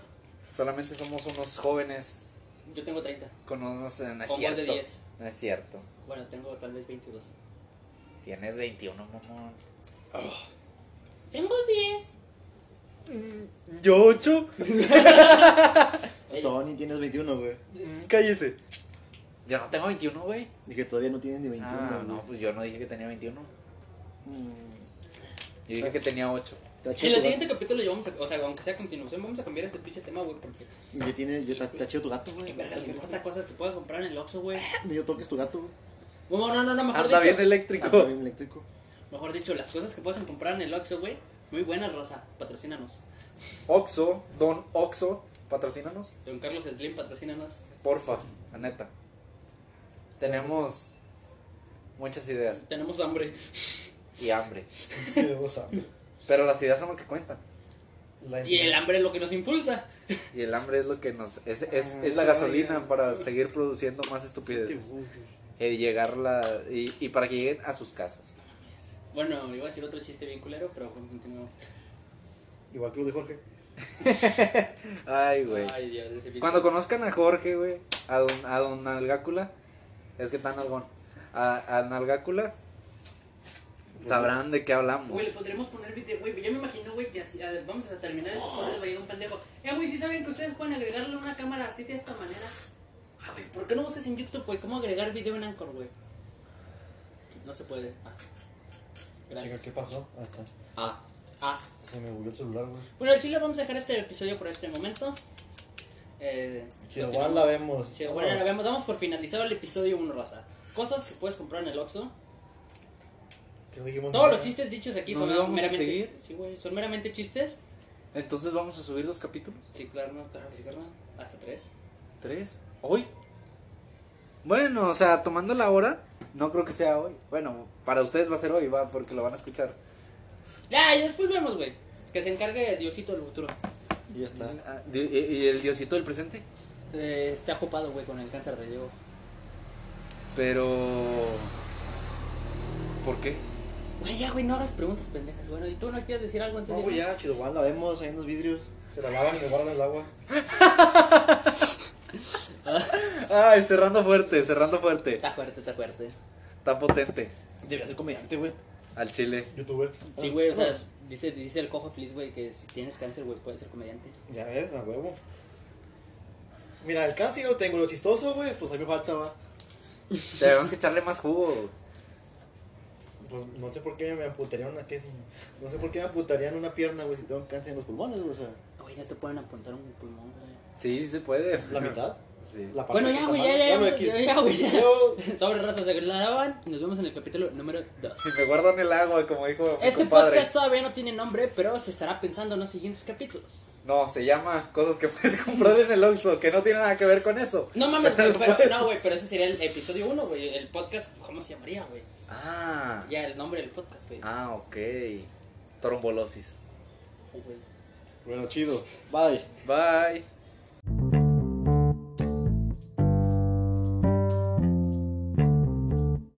Solamente somos unos jóvenes Yo tengo 30, con unos. No es Con más de cierto. 10. No es cierto. bueno, tengo tal vez 22. Tienes 21, mamón. Tengo 10. ¿Yo 8? Tony, tienes 21, güey. Cállese. Yo no tengo 21, güey. Dije, todavía no tienes ni 21, Ah, güey. no, pues yo no dije que tenía 21. Mm, Yo dije que tenía 8. te ha En chido el tu siguiente capítulo yo vamos a, o sea, aunque sea continuación, vamos a cambiar ese pinche tema, güey, porque gato. Ya tiene, ya está, está chido tu gato, qué güey. vergas, güey, Ah, otras cosas que puedas comprar en el Oxxo, güey. Ni yo toques tu gato, güey. Bueno, no, no, no, Anda mejor dicho, Ah, bien Anda eléctrico. bien eléctrico. mejor dicho, las cosas que puedas comprar en el Oxxo, güey, muy buenas, raza, patrocínanos. Oxo, Don Oxo, patrocínanos. Don Carlos Slim, patrocínanos. Porfa, la neta. Tenemos muchas ideas Tenemos hambre. y hambre. Sí, o sea, Pero las ideas son lo que cuentan. la Y el hambre es lo que nos impulsa. Y el hambre es lo que nos. Es, es, es la gasolina para seguir produciendo más estupideces. Y, llegar la, y, y para que lleguen a sus casas. Bueno, iba a decir otro chiste bien culero, pero continuamos. Igual que lo de Jorge. Ay, güey. Ay, Dios, ese pinche- Cuando conozcan a Jorge, güey, a don, a don Nalgácula, es que tan algón, a, a Nalgácula, sabrán de qué hablamos. Güey, le podremos poner video, güey. Ya me imagino, güey, que así, a ver, vamos a terminar esto podcast, va a llegar un pendejo. Eh, güey, si saben que ustedes pueden agregarle una cámara así de esta manera. Ah, güey, ¿por qué no buscas en YouTube, güey? ¿Cómo agregar video en Anchor, güey? No se puede. Ah. Chica, Gracias. ¿qué pasó? Ah, está. Ah. Ah. Se me volvió el celular, güey. Bueno, al chile vamos a dejar este episodio por este momento. Eh, Chihuahua continuamos. la vemos. Sí, bueno, la vemos. Damos por finalizado el episodio 1, raza. Cosas que puedes comprar en el Oxxo. ¿Qué dijimos? Todos los chistes dichos aquí ¿No son le vamos a seguir? meramente. Sí, güey, son meramente chistes. Entonces vamos a subir dos capítulos, Sí, claro, no, claro que sí, carnal. Hasta tres. tres, hoy. Bueno, o sea, tomando la hora, no creo que sea hoy. Bueno, para ustedes va a ser hoy, va, porque lo van a escuchar. Ya, y después vemos, güey. Que se encargue Diosito del futuro. Y ya está. Ah, di- ¿Y y el diosito del presente? Eh, está ocupado, güey, con el cáncer de Diego. Pero... ¿Por qué? Güey, ya, güey, no hagas preguntas pendejas. Bueno, ¿y tú no quieres decir algo antes No, de güey, irnos? ya, Chihuahua la vemos ahí en los vidrios. Se la lavan y le guardan el agua. Ay, cerrando fuerte, cerrando fuerte. Está fuerte, está fuerte. Está potente. Debería ser comediante, güey. Al chile. Youtuber. Sí, güey, o sea, dice, dice el cojo feliz, güey, que si tienes cáncer, güey, puedes ser comediante. Ya ves, a huevo. Mira, el cáncer yo tengo lo chistoso, güey. Pues a mí me falta, va. Debemos que echarle más jugo. Pues no sé por qué me amputarían una qué, señor. No sé por qué me amputarían una pierna, güey, si tengo cáncer en los pulmones, güey. O sea, Güey, ya te pueden apuntar un pulmón, güey. Sí, sí se puede. la mitad. Sí. La parte Bueno, que ya, está güey, mal. ya, ya, Bueno, ya, X. ya, ya, güey, ya. Yo- Sobre razas de Granaban, nos vemos en el capítulo número 2. Si me guardan el agua, como dijo mi Este compadre. podcast todavía no tiene nombre, pero se estará pensando en los siguientes capítulos. No, se llama Cosas que puedes comprar en el Oxxo, que no tiene nada que ver con eso. No mames, güey, pero, no, güey, pero ese sería el episodio 1, güey. El podcast, ¿cómo se llamaría, güey? Ah. Ya, el nombre del podcast, güey. Ah, ok. Trombolosis. Oh, Bueno, chido. Bye. Bye.